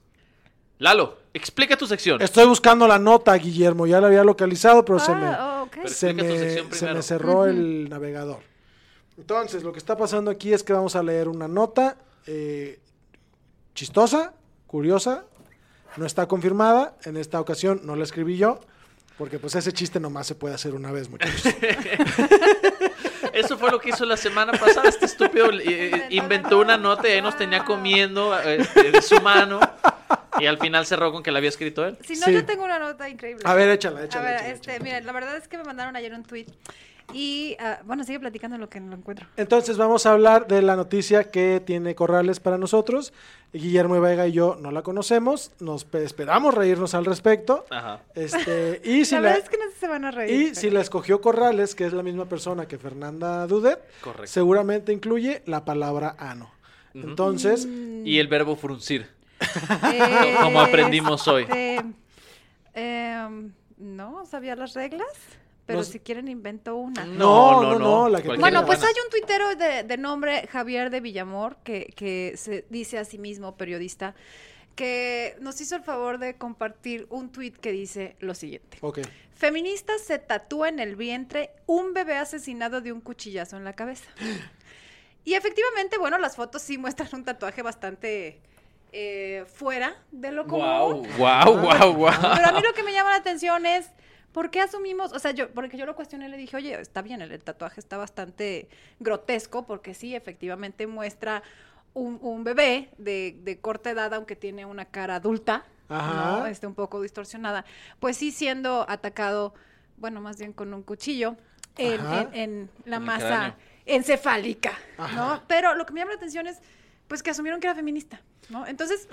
Speaker 2: Lalo, explica tu sección.
Speaker 3: Estoy buscando la nota, Guillermo. Ya la había localizado, pero se me,
Speaker 4: Ah, oh, ok.
Speaker 2: Pero
Speaker 3: se
Speaker 2: explica tu
Speaker 3: me,
Speaker 2: sección
Speaker 3: se
Speaker 2: primero.
Speaker 3: me cerró el navegador. Entonces, lo que está pasando aquí es que vamos a leer una nota eh, chistosa, curiosa, no está confirmada. En esta ocasión no la escribí yo, porque pues ese chiste nomás se puede hacer una vez, muchachos.
Speaker 2: Eso fue lo que hizo la semana pasada. Este estúpido eh, eh, inventó una nota y ahí nos tenía comiendo eh, de su mano. Y al final cerró con que la había escrito él.
Speaker 4: Si no,
Speaker 3: Sí.
Speaker 4: yo tengo una nota increíble.
Speaker 3: A ver, échala,
Speaker 4: A
Speaker 3: échala.
Speaker 4: ver,
Speaker 3: échala,
Speaker 4: este,
Speaker 3: échala.
Speaker 4: mira, la verdad es que me mandaron ayer un tweet y ah, bueno, sigue platicando lo que lo encuentro.
Speaker 3: Entonces vamos a hablar de la noticia que tiene Corrales para nosotros. Guillermo Vega y yo no la conocemos, nos pe- esperamos reírnos al respecto.
Speaker 2: Ajá.
Speaker 3: Este, y si
Speaker 4: la
Speaker 3: la,
Speaker 4: verdad es que no sé si se van a reír.
Speaker 3: y
Speaker 4: pero-
Speaker 3: si la escogió Corrales, que es la misma persona que Fernanda Dudet,
Speaker 2: Correcto.
Speaker 3: seguramente incluye la palabra ano.
Speaker 2: Ujú.
Speaker 3: Entonces,
Speaker 4: Mm.
Speaker 2: Y el verbo fruncir.
Speaker 4: Eh,
Speaker 2: Como aprendimos hoy.
Speaker 4: este, em, no, sabía las reglas, pero
Speaker 3: Nos-
Speaker 4: si quieren invento una.
Speaker 3: No, no, no, la
Speaker 2: Cualquiera
Speaker 3: que Cualquiera.
Speaker 4: Bueno, pues
Speaker 2: buena.
Speaker 4: hay un tuitero de, de nombre Javier de Villamor que, que se dice a sí mismo periodista que nos hizo el favor de compartir un tuit que dice lo siguiente.
Speaker 3: ok.
Speaker 4: Feminista se tatúa en el vientre un bebé asesinado de un cuchillazo en la cabeza. Y efectivamente, bueno, las fotos sí muestran un tatuaje bastante eh, fuera de lo común.
Speaker 2: Wow, wow, wow,
Speaker 4: Pero a mí lo que me llama la atención es por qué asumimos, o sea, yo porque yo lo cuestioné, le dije, oye, está bien, el, el tatuaje está bastante grotesco porque sí, efectivamente muestra un, un bebé de, de corta edad, aunque tiene una cara adulta,
Speaker 3: Ajá.
Speaker 4: ¿no? este, un poco distorsionada, pues sí siendo atacado, bueno, más bien con un cuchillo en,
Speaker 3: Ajá.
Speaker 4: en- en la
Speaker 2: En el
Speaker 4: masa
Speaker 2: cráneo.
Speaker 4: encefálica,
Speaker 3: Ajá.
Speaker 4: ¿no? Pero lo que me llama la atención es, pues que asumieron que era feminista, ¿no? Entonces,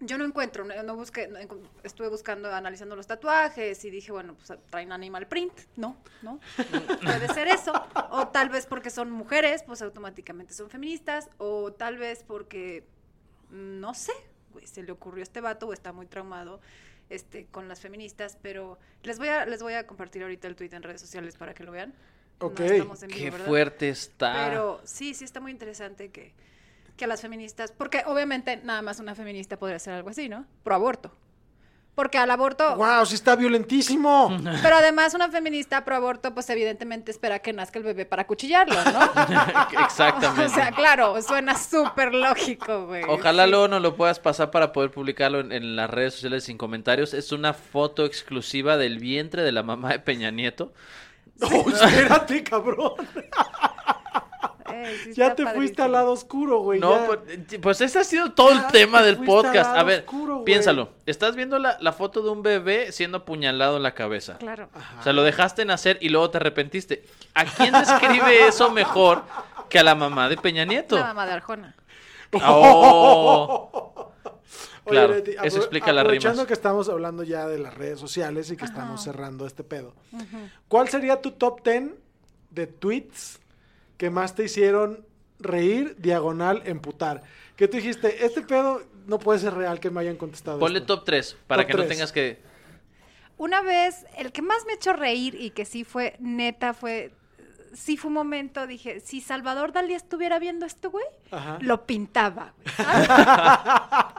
Speaker 4: yo no encuentro, no, no busqué, no encu- estuve buscando, analizando los tatuajes y dije, bueno, pues traen animal print, ¿no? ¿No? Puede ser eso. O tal vez porque son mujeres, pues automáticamente son feministas. O tal vez porque, mm, no sé, güey, se le ocurrió a este vato o está muy traumado. Este, con las feministas, pero les voy a les voy a compartir ahorita el tweet en redes sociales para que lo vean.
Speaker 3: Ok.
Speaker 4: en
Speaker 2: Qué
Speaker 4: Este, ¿verdad?
Speaker 2: fuerte Ah. está.
Speaker 4: Pero sí, sí está muy interesante que, que las feministas, porque obviamente nada más una feminista podría hacer algo así, ¿no? Pro aborto. Porque al aborto,
Speaker 3: ¡Wow! ¡Sí está violentísimo!
Speaker 4: pero además una feminista pro aborto, pues evidentemente espera que nazca el bebé para cuchillarlo, ¿no?
Speaker 2: Exactamente.
Speaker 4: O sea, claro, suena súper lógico, güey.
Speaker 2: Ojalá
Speaker 4: Sí.
Speaker 2: luego nos lo puedas pasar para poder publicarlo en, en las redes sociales sin comentarios. Es una foto exclusiva del vientre de la mamá de Peña Nieto.
Speaker 3: ¡Oh, espérate, cabrón!
Speaker 4: Ey, sí
Speaker 3: Ya
Speaker 4: está
Speaker 3: te fuiste
Speaker 4: padrísimo.
Speaker 3: al lado oscuro, güey.
Speaker 2: No,
Speaker 3: ya.
Speaker 2: pues, eh, pues ese ha sido todo el
Speaker 3: Ya
Speaker 2: tema
Speaker 3: te
Speaker 2: del
Speaker 3: fuiste al
Speaker 2: podcast. A
Speaker 3: lado
Speaker 2: ver,
Speaker 3: oscuro, güey.
Speaker 2: piénsalo. Estás viendo la, la foto de un bebé siendo apuñalado en la cabeza.
Speaker 4: Claro.
Speaker 3: Ah,
Speaker 2: O sea, lo dejaste nacer y luego te arrepentiste. ¿A quién describe eso mejor que a la mamá de Peña Nieto?
Speaker 4: La mamá de Arjona.
Speaker 2: pues, Oh.
Speaker 3: Oye,
Speaker 2: Claro,
Speaker 3: Leti,
Speaker 2: eso
Speaker 3: apro-
Speaker 2: explica las
Speaker 3: Aprovechando
Speaker 2: rimas.
Speaker 3: que estamos hablando ya de las redes sociales y que estamos cerrando este pedo. ¿Cuál sería tu top 10 de tweets que más te hicieron reír, diagonal, emputar? Que tú dijiste, este pedo no puede ser real que me hayan contestado.
Speaker 2: Ponle
Speaker 3: esto".
Speaker 2: top 3 para
Speaker 3: Top
Speaker 2: que no
Speaker 3: tres.
Speaker 2: tengas que...
Speaker 4: Una vez, el que más me echó reír y que sí fue neta, fue. Sí fue un momento, dije, si Salvador Dalí estuviera viendo esto, güey,
Speaker 3: Ajá.
Speaker 4: lo pintaba, güey. ¿sabes?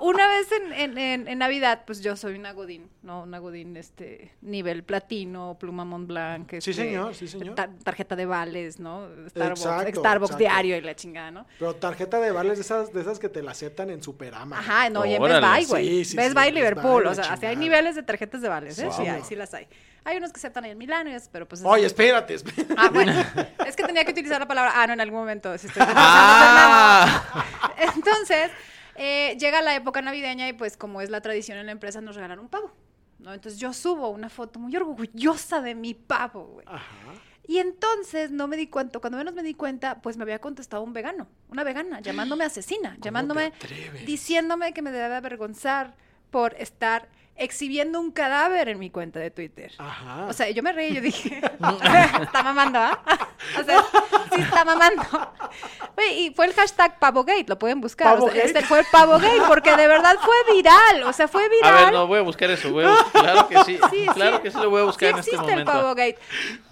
Speaker 4: una vez en, en- en- en Navidad, pues yo soy una Godín, ¿no? Una Godín, este, nivel platino, pluma Mont Blanc. este,
Speaker 3: señor, sí, señor.
Speaker 4: ta- tarjeta de vales, ¿no? Starbucks,
Speaker 3: Exacto,
Speaker 4: Starbucks
Speaker 3: exacto.
Speaker 4: diario y la chingada, ¿no?
Speaker 3: Pero tarjeta de vales de esas, de esas que te la aceptan en Superama.
Speaker 4: Ajá, no, y en Best
Speaker 2: Órale.
Speaker 4: Buy, güey.
Speaker 3: Sí, sí,
Speaker 4: Best
Speaker 3: sí,
Speaker 4: Buy
Speaker 3: Best
Speaker 4: Liverpool.
Speaker 3: Buy,
Speaker 4: o sea,
Speaker 3: la
Speaker 4: sí hay
Speaker 3: chingada.
Speaker 4: niveles de tarjetas de vales, ¿eh? Sí,
Speaker 3: Wow.
Speaker 4: hay, sí las hay. Hay unos que aceptan ahí en Milán, y esas, pero pues. es-
Speaker 3: Oye, este- espérate, espérate.
Speaker 4: Ah, bueno. es que tenía que utilizar la palabra ah, no, en algún momento. si estoy pensando,
Speaker 2: Ah.
Speaker 4: Fernando. Entonces, eh, llega la época navideña y pues como es la tradición en la empresa, nos regalan un pavo. ¿no? Entonces yo subo una foto muy orgullosa de mi pavo, güey.
Speaker 3: Ajá.
Speaker 4: Y entonces no me di cuenta, cuando menos me di cuenta, pues me había contestado un vegano, una vegana, llamándome asesina, llamándome,
Speaker 3: atreves?
Speaker 4: diciéndome que me debe avergonzar por estar exhibiendo un cadáver en mi cuenta de Twitter.
Speaker 3: Ajá.
Speaker 4: O sea, yo me reí, yo dije, está mamando, ¿ah? O sea, sí está mamando. Güey, y fue el hashtag Pavogate, lo pueden buscar. o sea,
Speaker 3: ¿Pavogate?
Speaker 4: este fue el Pavogate, porque de verdad fue viral, o sea, fue
Speaker 2: A
Speaker 4: viral.
Speaker 2: ver, no, voy a buscar eso. Voy a bus- Claro que sí.
Speaker 4: Sí,
Speaker 2: claro
Speaker 4: sí.
Speaker 2: que sí lo voy a buscar
Speaker 4: Sí
Speaker 2: en este
Speaker 4: existe el
Speaker 2: momento.
Speaker 4: Pavogate.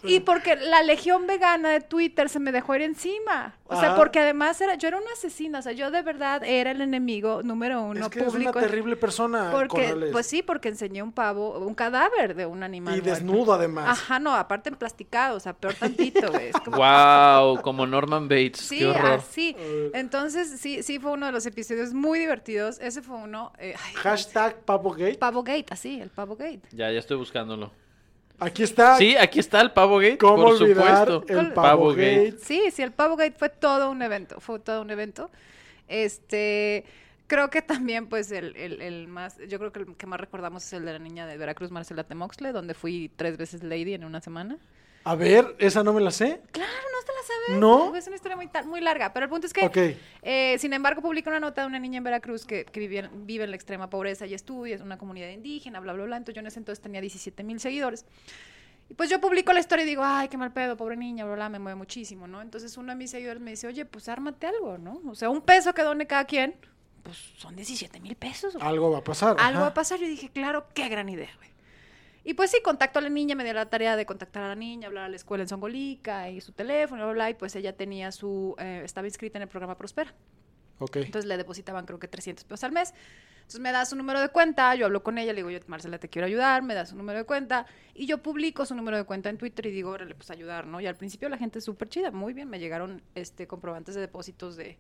Speaker 4: Y porque la legión vegana de Twitter se me dejó ir encima. O sea,
Speaker 3: Ajá.
Speaker 4: porque además era, yo era una asesina, o sea, yo de verdad era el enemigo número uno
Speaker 3: es que eres
Speaker 4: público.
Speaker 3: una terrible persona,
Speaker 4: porque,
Speaker 3: Corrales.
Speaker 4: pues sí, porque enseñé un pavo, un cadáver de un animal.
Speaker 3: y
Speaker 4: muerto.
Speaker 3: desnudo, además.
Speaker 4: Ajá, no, aparte en plasticado, o sea, peor tantito, güey. Es como-
Speaker 2: Wow, como Norman Bates.
Speaker 4: Sí,
Speaker 2: Qué horror.
Speaker 4: así. Entonces, sí, sí fue uno de los episodios muy divertidos. Ese fue uno. eh, ay,
Speaker 3: Hashtag Papogate.
Speaker 4: Pavo Gate, así, el Pavo Gate.
Speaker 2: Ya, ya estoy buscándolo.
Speaker 3: Aquí está.
Speaker 2: Sí, aquí está el Pavo Gate.
Speaker 3: ¿Cómo
Speaker 2: por
Speaker 3: olvidar
Speaker 2: supuesto.
Speaker 3: el Pavo Gate?
Speaker 4: Sí, sí, el Pavo Gate fue todo un evento, fue todo un evento. Este, creo que también, pues, el, el- el más, yo creo que el que más recordamos es el de la niña de Veracruz, Marcela Temoxle, donde fui tres veces lady en una semana.
Speaker 3: A ver, esa no me la sé.
Speaker 4: Claro, no te la sabes. Pues,
Speaker 3: ¿No?
Speaker 4: Es una historia muy, ta- muy larga, pero el punto es que,
Speaker 3: Ok.
Speaker 4: eh, sin embargo, publica una nota de una niña en Veracruz que, que vivía en- vive en la extrema pobreza y estudia, es una comunidad indígena, bla, bla, bla. Entonces yo en ese entonces tenía 17 mil seguidores. Y pues yo publico la historia y digo, ay, qué mal pedo, pobre niña, bla, bla, me mueve muchísimo, ¿no? Entonces uno de mis seguidores me dice, oye, pues ármate algo, ¿no? O sea, un peso que done cada quien, pues son 17 mil pesos. güey.
Speaker 3: Algo va a pasar.
Speaker 4: Algo va a
Speaker 3: ajá.
Speaker 4: pasar. Yo dije, claro, qué gran idea, güey. Y pues sí, contacto a la niña, me dio la tarea de contactar a la niña, hablar a la escuela en Songolica y su teléfono, bla, bla, bla, y pues ella tenía su, eh, estaba inscrita en el programa Prospera.
Speaker 3: Ok.
Speaker 4: Entonces le depositaban creo que 300 pesos al mes. Entonces me da su número de cuenta, yo hablo con ella, le digo, yo Marcela te quiero ayudar, me da su número de cuenta y yo publico su número de cuenta en Twitter y digo, órale, pues ayudar, ¿no? Y al principio la gente es súper chida, muy bien, me llegaron este comprobantes de depósitos de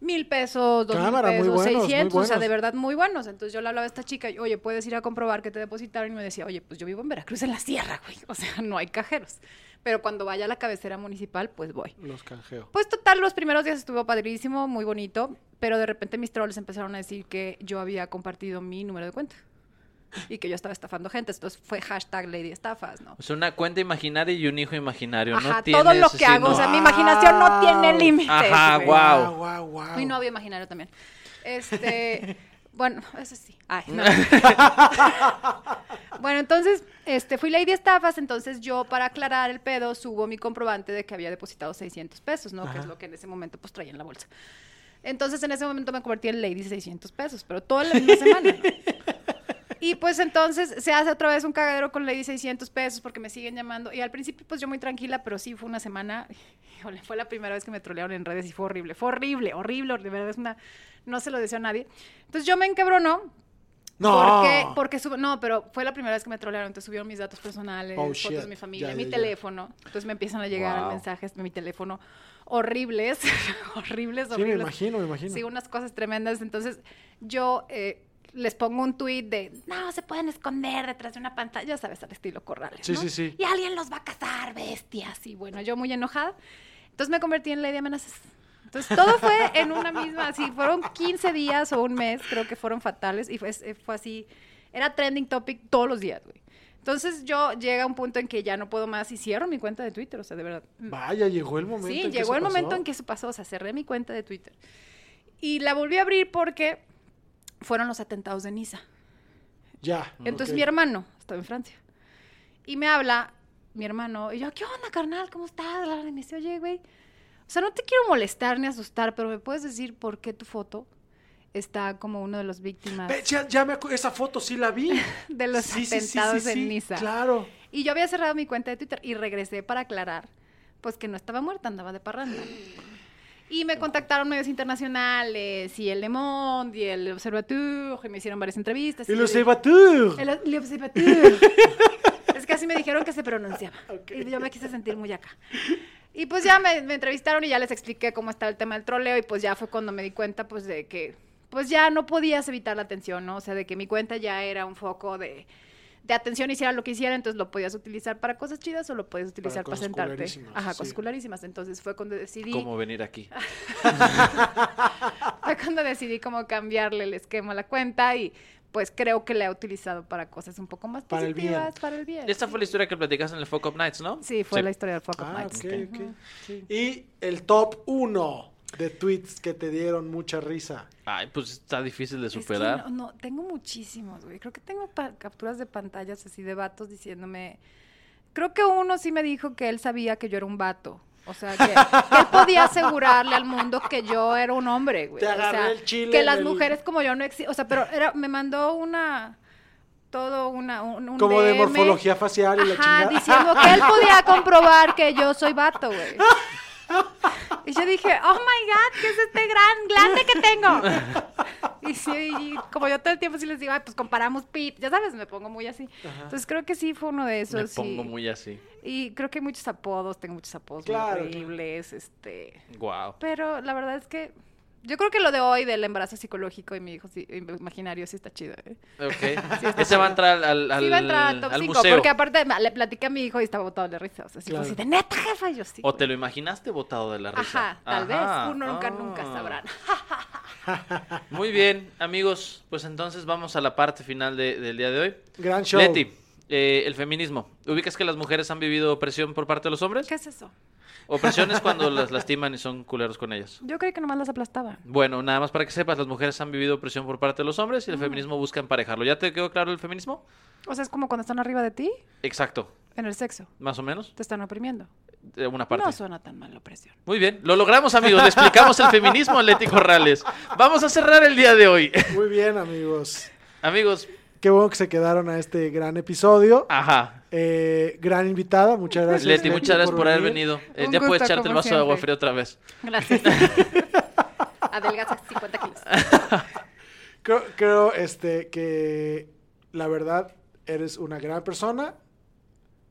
Speaker 4: mil pesos, dos mil
Speaker 3: Cámara, muy
Speaker 4: pesos,
Speaker 3: buenos, muy
Speaker 4: 600, o sea, de
Speaker 3: buenos.
Speaker 4: verdad muy buenos. Entonces yo le hablaba a esta chica, y, oye, puedes ir a comprobar que te depositaron y me decía, oye, pues yo vivo en Veracruz, en la sierra, güey, o sea, no hay cajeros. Pero cuando vaya a la cabecera municipal, pues voy.
Speaker 3: Los canjeo.
Speaker 4: Pues total, los primeros días estuvo padrísimo, muy bonito, pero de repente mis trolls empezaron a decir que yo había compartido mi número de cuenta y que yo estaba estafando gente. Entonces fue hashtag Lady Estafas, ¿no?
Speaker 2: O sea, una cuenta imaginaria y un hijo imaginario.
Speaker 4: Ajá,
Speaker 2: no tiene
Speaker 4: todo lo
Speaker 2: eso, sí,
Speaker 4: que hago,
Speaker 2: no.
Speaker 4: o sea, mi imaginación no tiene límites.
Speaker 2: Ajá,
Speaker 4: güey.
Speaker 2: guau.
Speaker 3: Wow, wow, wow.
Speaker 4: Mi novio imaginario también. Este, bueno, eso sí. Ay, no. bueno, entonces, este, fui lady estafas, entonces yo para aclarar el pedo subo mi comprobante de que había depositado 600 pesos, ¿no? Que es lo que en ese momento pues traía en la bolsa. Entonces, en ese momento me convertí en lady 600 pesos, pero toda la misma semana. ¿no? Y pues entonces se hace otra vez un cagadero con Lady 600 pesos porque me siguen llamando. Y al principio pues yo muy tranquila, pero sí fue una semana, híjole, fue la primera vez que me trolearon en redes y fue horrible, fue horrible, horrible, horrible, de verdad es una, no se lo deseo a nadie. Entonces yo me encabronó.
Speaker 3: No.
Speaker 4: Porque, porque sub- no, pero fue la primera vez que me trolearon, entonces subieron mis datos personales,
Speaker 3: Oh,
Speaker 4: fotos
Speaker 3: shit.
Speaker 4: de mi familia,
Speaker 3: Ya,
Speaker 4: mi
Speaker 3: ya, ya.
Speaker 4: teléfono. Entonces me empiezan a llegar
Speaker 2: Wow.
Speaker 4: mensajes de mi teléfono horribles, horribles, horribles.
Speaker 3: Sí, me imagino, me imagino.
Speaker 4: Sí, unas cosas tremendas. Entonces, yo eh, les pongo un tuit de, no, se pueden esconder detrás de una pantalla, ya sabes, al estilo Corrales,
Speaker 3: Sí,
Speaker 4: ¿no?
Speaker 3: sí, sí.
Speaker 4: Y alguien los va a cazar, bestias. Y bueno, yo muy enojada. Entonces, me convertí en ley de amenazas. Entonces, todo fue en una misma, así, fueron 15 días o un mes, creo que fueron fatales. Y fue, eh, fue así, era trending topic todos los días, güey. Entonces, yo llega un punto en que ya no puedo más y cierro mi cuenta de Twitter, o sea, de verdad.
Speaker 3: Vaya, llegó el momento.
Speaker 4: Sí,
Speaker 3: en que
Speaker 4: llegó
Speaker 3: eso
Speaker 4: el momento
Speaker 3: pasó.
Speaker 4: en que eso pasó, o sea, cerré mi cuenta de Twitter. Y la volví a abrir porque fueron los atentados de Niza.
Speaker 3: Ya.
Speaker 4: Entonces
Speaker 3: ok.
Speaker 4: mi hermano estaba en Francia. Y me habla mi hermano, y yo, ¿qué onda, carnal? ¿Cómo estás? Y me dice, oye, güey, o sea, no te quiero molestar ni asustar, pero ¿me puedes decir por qué tu foto está como uno de los víctimas
Speaker 3: Ve, Ya, ya me acu- esa foto sí la vi.
Speaker 4: de los
Speaker 3: Sí, sí, sí, sí,
Speaker 4: atentados
Speaker 3: sí,
Speaker 4: en Niza?
Speaker 3: Claro.
Speaker 4: Y yo había cerrado mi cuenta de Twitter y regresé para aclarar, pues que no estaba muerta, andaba de parranda. Y me contactaron medios internacionales y el Le Monde y el Observateur y me hicieron varias entrevistas.
Speaker 3: Y
Speaker 4: yo
Speaker 3: los
Speaker 4: dije-
Speaker 3: Evatur.
Speaker 4: El, Le Observateur. es que así me dijeron que se pronunciaba. Y yo me quise sentir muy acá. Y pues ya me, me entrevistaron y ya les expliqué cómo estaba el tema del troleo y pues ya fue cuando me di cuenta pues de que pues ya no podías evitar la atención, ¿no? O sea, de que mi cuenta ya era un foco de, de atención, hiciera lo que hiciera, entonces lo podías utilizar para cosas chidas o lo podías utilizar para,
Speaker 3: cosas
Speaker 4: sentarte.
Speaker 3: culerísimas,
Speaker 4: Ajá,
Speaker 3: sí.
Speaker 4: cosas cularísimas. Entonces fue cuando decidí
Speaker 2: ¿Cómo venir aquí?
Speaker 4: fue cuando decidí como cambiarle el esquema a la cuenta y pues creo que la he utilizado para cosas un poco más
Speaker 3: Para el bien.
Speaker 4: positivas, para el bien.
Speaker 2: Esta fue la historia que platicaste en el Fuck Up Nights, ¿no?
Speaker 4: Sí, fue la historia del Fuck Up
Speaker 3: Ah,
Speaker 4: Nights.
Speaker 3: ok, ok. Y el top 1 de tweets que te dieron mucha risa.
Speaker 2: Ay, pues está difícil de
Speaker 4: Es que
Speaker 2: superar.
Speaker 4: no, no, tengo muchísimos, güey. Creo que tengo pa- capturas de pantallas así de vatos diciéndome. Creo que uno sí me dijo que él sabía que yo era un vato. O sea, que, que él podía asegurarle al mundo que yo era un hombre, güey.
Speaker 3: Te
Speaker 4: o
Speaker 3: agarré
Speaker 4: sea,
Speaker 3: el chile
Speaker 4: que
Speaker 3: en
Speaker 4: las
Speaker 3: el-
Speaker 4: mujeres como yo no existen. O sea, pero era, me mandó una. Todo una. Un, un
Speaker 3: Como de
Speaker 4: DM.
Speaker 3: morfología facial y la
Speaker 4: Ajá,
Speaker 3: chingada.
Speaker 4: diciendo que él podía comprobar que yo soy vato, güey. Y yo dije, oh my God, ¿qué es este gran glande que tengo? Y sí, y como yo todo el tiempo sí les digo, "Ay, pues comparamos pit, ya sabes, me pongo muy así. Entonces creo que sí fue uno de esos.
Speaker 2: Me pongo
Speaker 4: sí.
Speaker 2: muy así.
Speaker 4: Y creo que hay muchos apodos, tengo muchos apodos muy
Speaker 3: Claro, claro.
Speaker 4: horribles, este.
Speaker 2: Wow.
Speaker 4: Pero la verdad es que yo creo que lo de hoy del embarazo psicológico y mi hijo sí- imaginario sí está chido, ¿eh?
Speaker 2: Ok. Ese va a entrar al, al,
Speaker 4: sí va a entrar al top
Speaker 2: al
Speaker 4: 5,
Speaker 2: museo.
Speaker 4: porque aparte me- le platiqué a mi hijo y estaba botado de risa. O sea, sí fue
Speaker 3: Claro.
Speaker 4: así de neta, jefa, yo sí.
Speaker 2: ¿O te lo imaginaste botado de la risa?
Speaker 4: Ajá, tal
Speaker 2: Ajá.
Speaker 4: vez. Uno nunca,
Speaker 2: Ah.
Speaker 4: nunca sabrá.
Speaker 2: Muy bien, amigos. Pues entonces vamos a la parte final de- del día de hoy.
Speaker 3: Gran show.
Speaker 2: Leti, Eh, el feminismo. ¿Ubicas que las mujeres han vivido opresión por parte de los hombres?
Speaker 4: ¿Qué es eso?
Speaker 2: Opresión es cuando las lastiman y son culeros con ellas.
Speaker 4: Yo creí que nomás las aplastaba.
Speaker 2: Bueno, nada más para que sepas, las mujeres han vivido opresión por parte de los hombres y
Speaker 4: Mm.
Speaker 2: el feminismo busca emparejarlo. ¿Ya te quedó claro el feminismo?
Speaker 4: O sea, es como cuando están arriba de ti
Speaker 2: Exacto,
Speaker 4: en el sexo.
Speaker 2: más o menos.
Speaker 4: Te están oprimiendo.
Speaker 2: De una parte.
Speaker 4: No suena tan mal la opresión.
Speaker 2: Muy bien, lo logramos amigos, le explicamos el feminismo a Leti Corrales. Vamos a cerrar el día de hoy.
Speaker 3: Muy bien, amigos.
Speaker 2: amigos,
Speaker 3: Qué bueno que se quedaron a este gran episodio.
Speaker 2: ajá.
Speaker 3: Eh, gran invitada, muchas gracias.
Speaker 2: Leti, muchas gracias por haber venido. Eh,
Speaker 4: Un
Speaker 2: ya puedes
Speaker 4: gusto,
Speaker 2: echarte el
Speaker 4: como
Speaker 2: vaso de agua
Speaker 4: siempre.
Speaker 2: fría otra vez.
Speaker 4: Gracias. Adelgaza 50 kilos.
Speaker 3: Creo, creo, este, que la verdad eres una gran persona.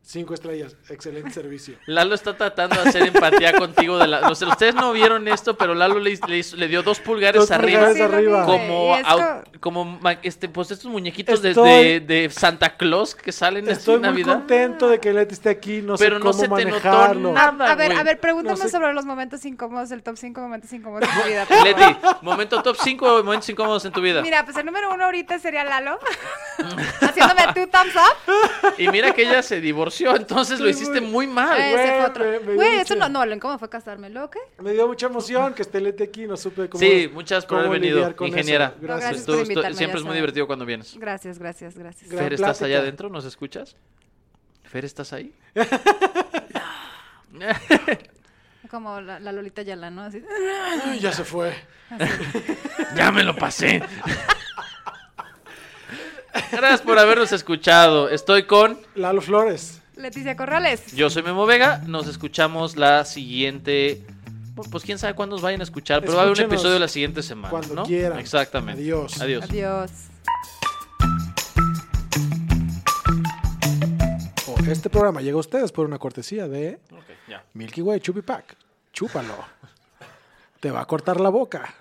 Speaker 3: Cinco estrellas, excelente servicio.
Speaker 2: Lalo está tratando de hacer empatía contigo. De la... o sea, ustedes no vieron esto, pero Lalo le, hizo- le hizo- le dio dos pulgares
Speaker 3: Dos
Speaker 2: arriba.
Speaker 3: pulgares arriba.
Speaker 2: Como,
Speaker 4: Y esto-
Speaker 2: au- como ma- este, pues estos muñequitos de-
Speaker 3: Estoy-
Speaker 2: de, de Santa Claus que salen así
Speaker 3: Estoy
Speaker 2: en
Speaker 3: muy
Speaker 2: Navidad.
Speaker 3: contento de que Leti esté aquí, no
Speaker 2: Pero
Speaker 3: sé
Speaker 2: no
Speaker 3: cómo
Speaker 2: se te notó
Speaker 3: manejarlo.
Speaker 2: nada.
Speaker 4: A ver,
Speaker 2: güey.
Speaker 4: a ver, pregúntame
Speaker 3: No sé-
Speaker 4: sobre los momentos incómodos, el top 5 momentos incómodos de tu vida.
Speaker 2: Leti, momento top 5 o momentos incómodos en tu vida.
Speaker 4: Mira, pues el número uno ahorita sería Lalo, haciéndome two thumbs up.
Speaker 2: Y mira que ella se divorció, entonces lo
Speaker 3: Estoy
Speaker 2: hiciste
Speaker 3: muy-
Speaker 2: muy mal.
Speaker 3: Ay,
Speaker 4: Ah, Ese
Speaker 3: Ah, güey,
Speaker 4: fue otro.
Speaker 3: me- me dio
Speaker 4: Güey,
Speaker 3: mucha-
Speaker 4: eso no, no, lo incómodo fue casarme, ¿lo qué?
Speaker 3: Me dio mucha emoción que esté Leti aquí, no supe cómo.
Speaker 2: Sí, muchas por
Speaker 3: cómo
Speaker 2: haber venido,
Speaker 3: lidiar con eso.
Speaker 2: ingeniera.
Speaker 3: Gracias.
Speaker 4: Gracias
Speaker 2: Estuvo-
Speaker 4: por
Speaker 2: estuvo-
Speaker 4: invitarme, ya
Speaker 2: siempre es muy
Speaker 4: saben.
Speaker 2: divertido cuando vienes.
Speaker 4: Gracias, gracias, gracias.
Speaker 3: Gran
Speaker 2: Fer, ¿estás allá
Speaker 3: plática.
Speaker 2: adentro? ¿Nos escuchas? Fer, ¿estás ahí?
Speaker 4: Como la, la Lolita Yala, ¿no? Así.
Speaker 3: Ay, ya se fue.
Speaker 2: ya me lo pasé. Gracias por habernos escuchado. Estoy con,
Speaker 3: Lalo Flores.
Speaker 4: Leticia Corrales.
Speaker 2: yo soy Memo Vega. Nos escuchamos la siguiente. Pues pues, quién sabe cuándo nos vayan a escuchar, pero va a haber un
Speaker 3: Escúchenos
Speaker 2: episodio la siguiente semana.
Speaker 3: cuando
Speaker 2: ¿no?
Speaker 3: quieran.
Speaker 2: Exactamente.
Speaker 3: Adiós.
Speaker 2: Adiós.
Speaker 4: Adiós.
Speaker 3: Oh, Este programa llega a ustedes por una cortesía de
Speaker 2: Ok, ya.
Speaker 3: Milky Way Chupi Pack. Chúpalo. te va a cortar la boca.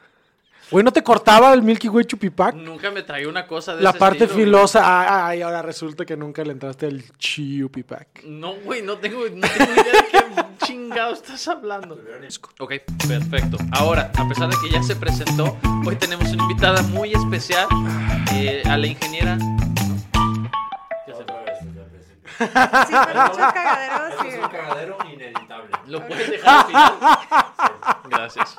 Speaker 3: Güey, ¿no te cortaba el Milky Way Chupi Pack?
Speaker 2: Nunca me traía una cosa Mm, de
Speaker 3: La
Speaker 2: ese
Speaker 3: parte
Speaker 2: estilo, güey.
Speaker 3: filosa. Ah, Ay, ahora resulta que nunca le entraste al Chupi Pack.
Speaker 2: No, güey, no tengo, no tengo idea de qué chingado estás hablando. Ok, perfecto. Ahora, a pesar de que ya se presentó, hoy tenemos una invitada muy especial eh, a la ingeniera. Ya se fue.
Speaker 4: Sí, pero muchos cagaderos. sí.
Speaker 6: cagadero inevitable.
Speaker 2: Lo puedes dejar al final. Gracias.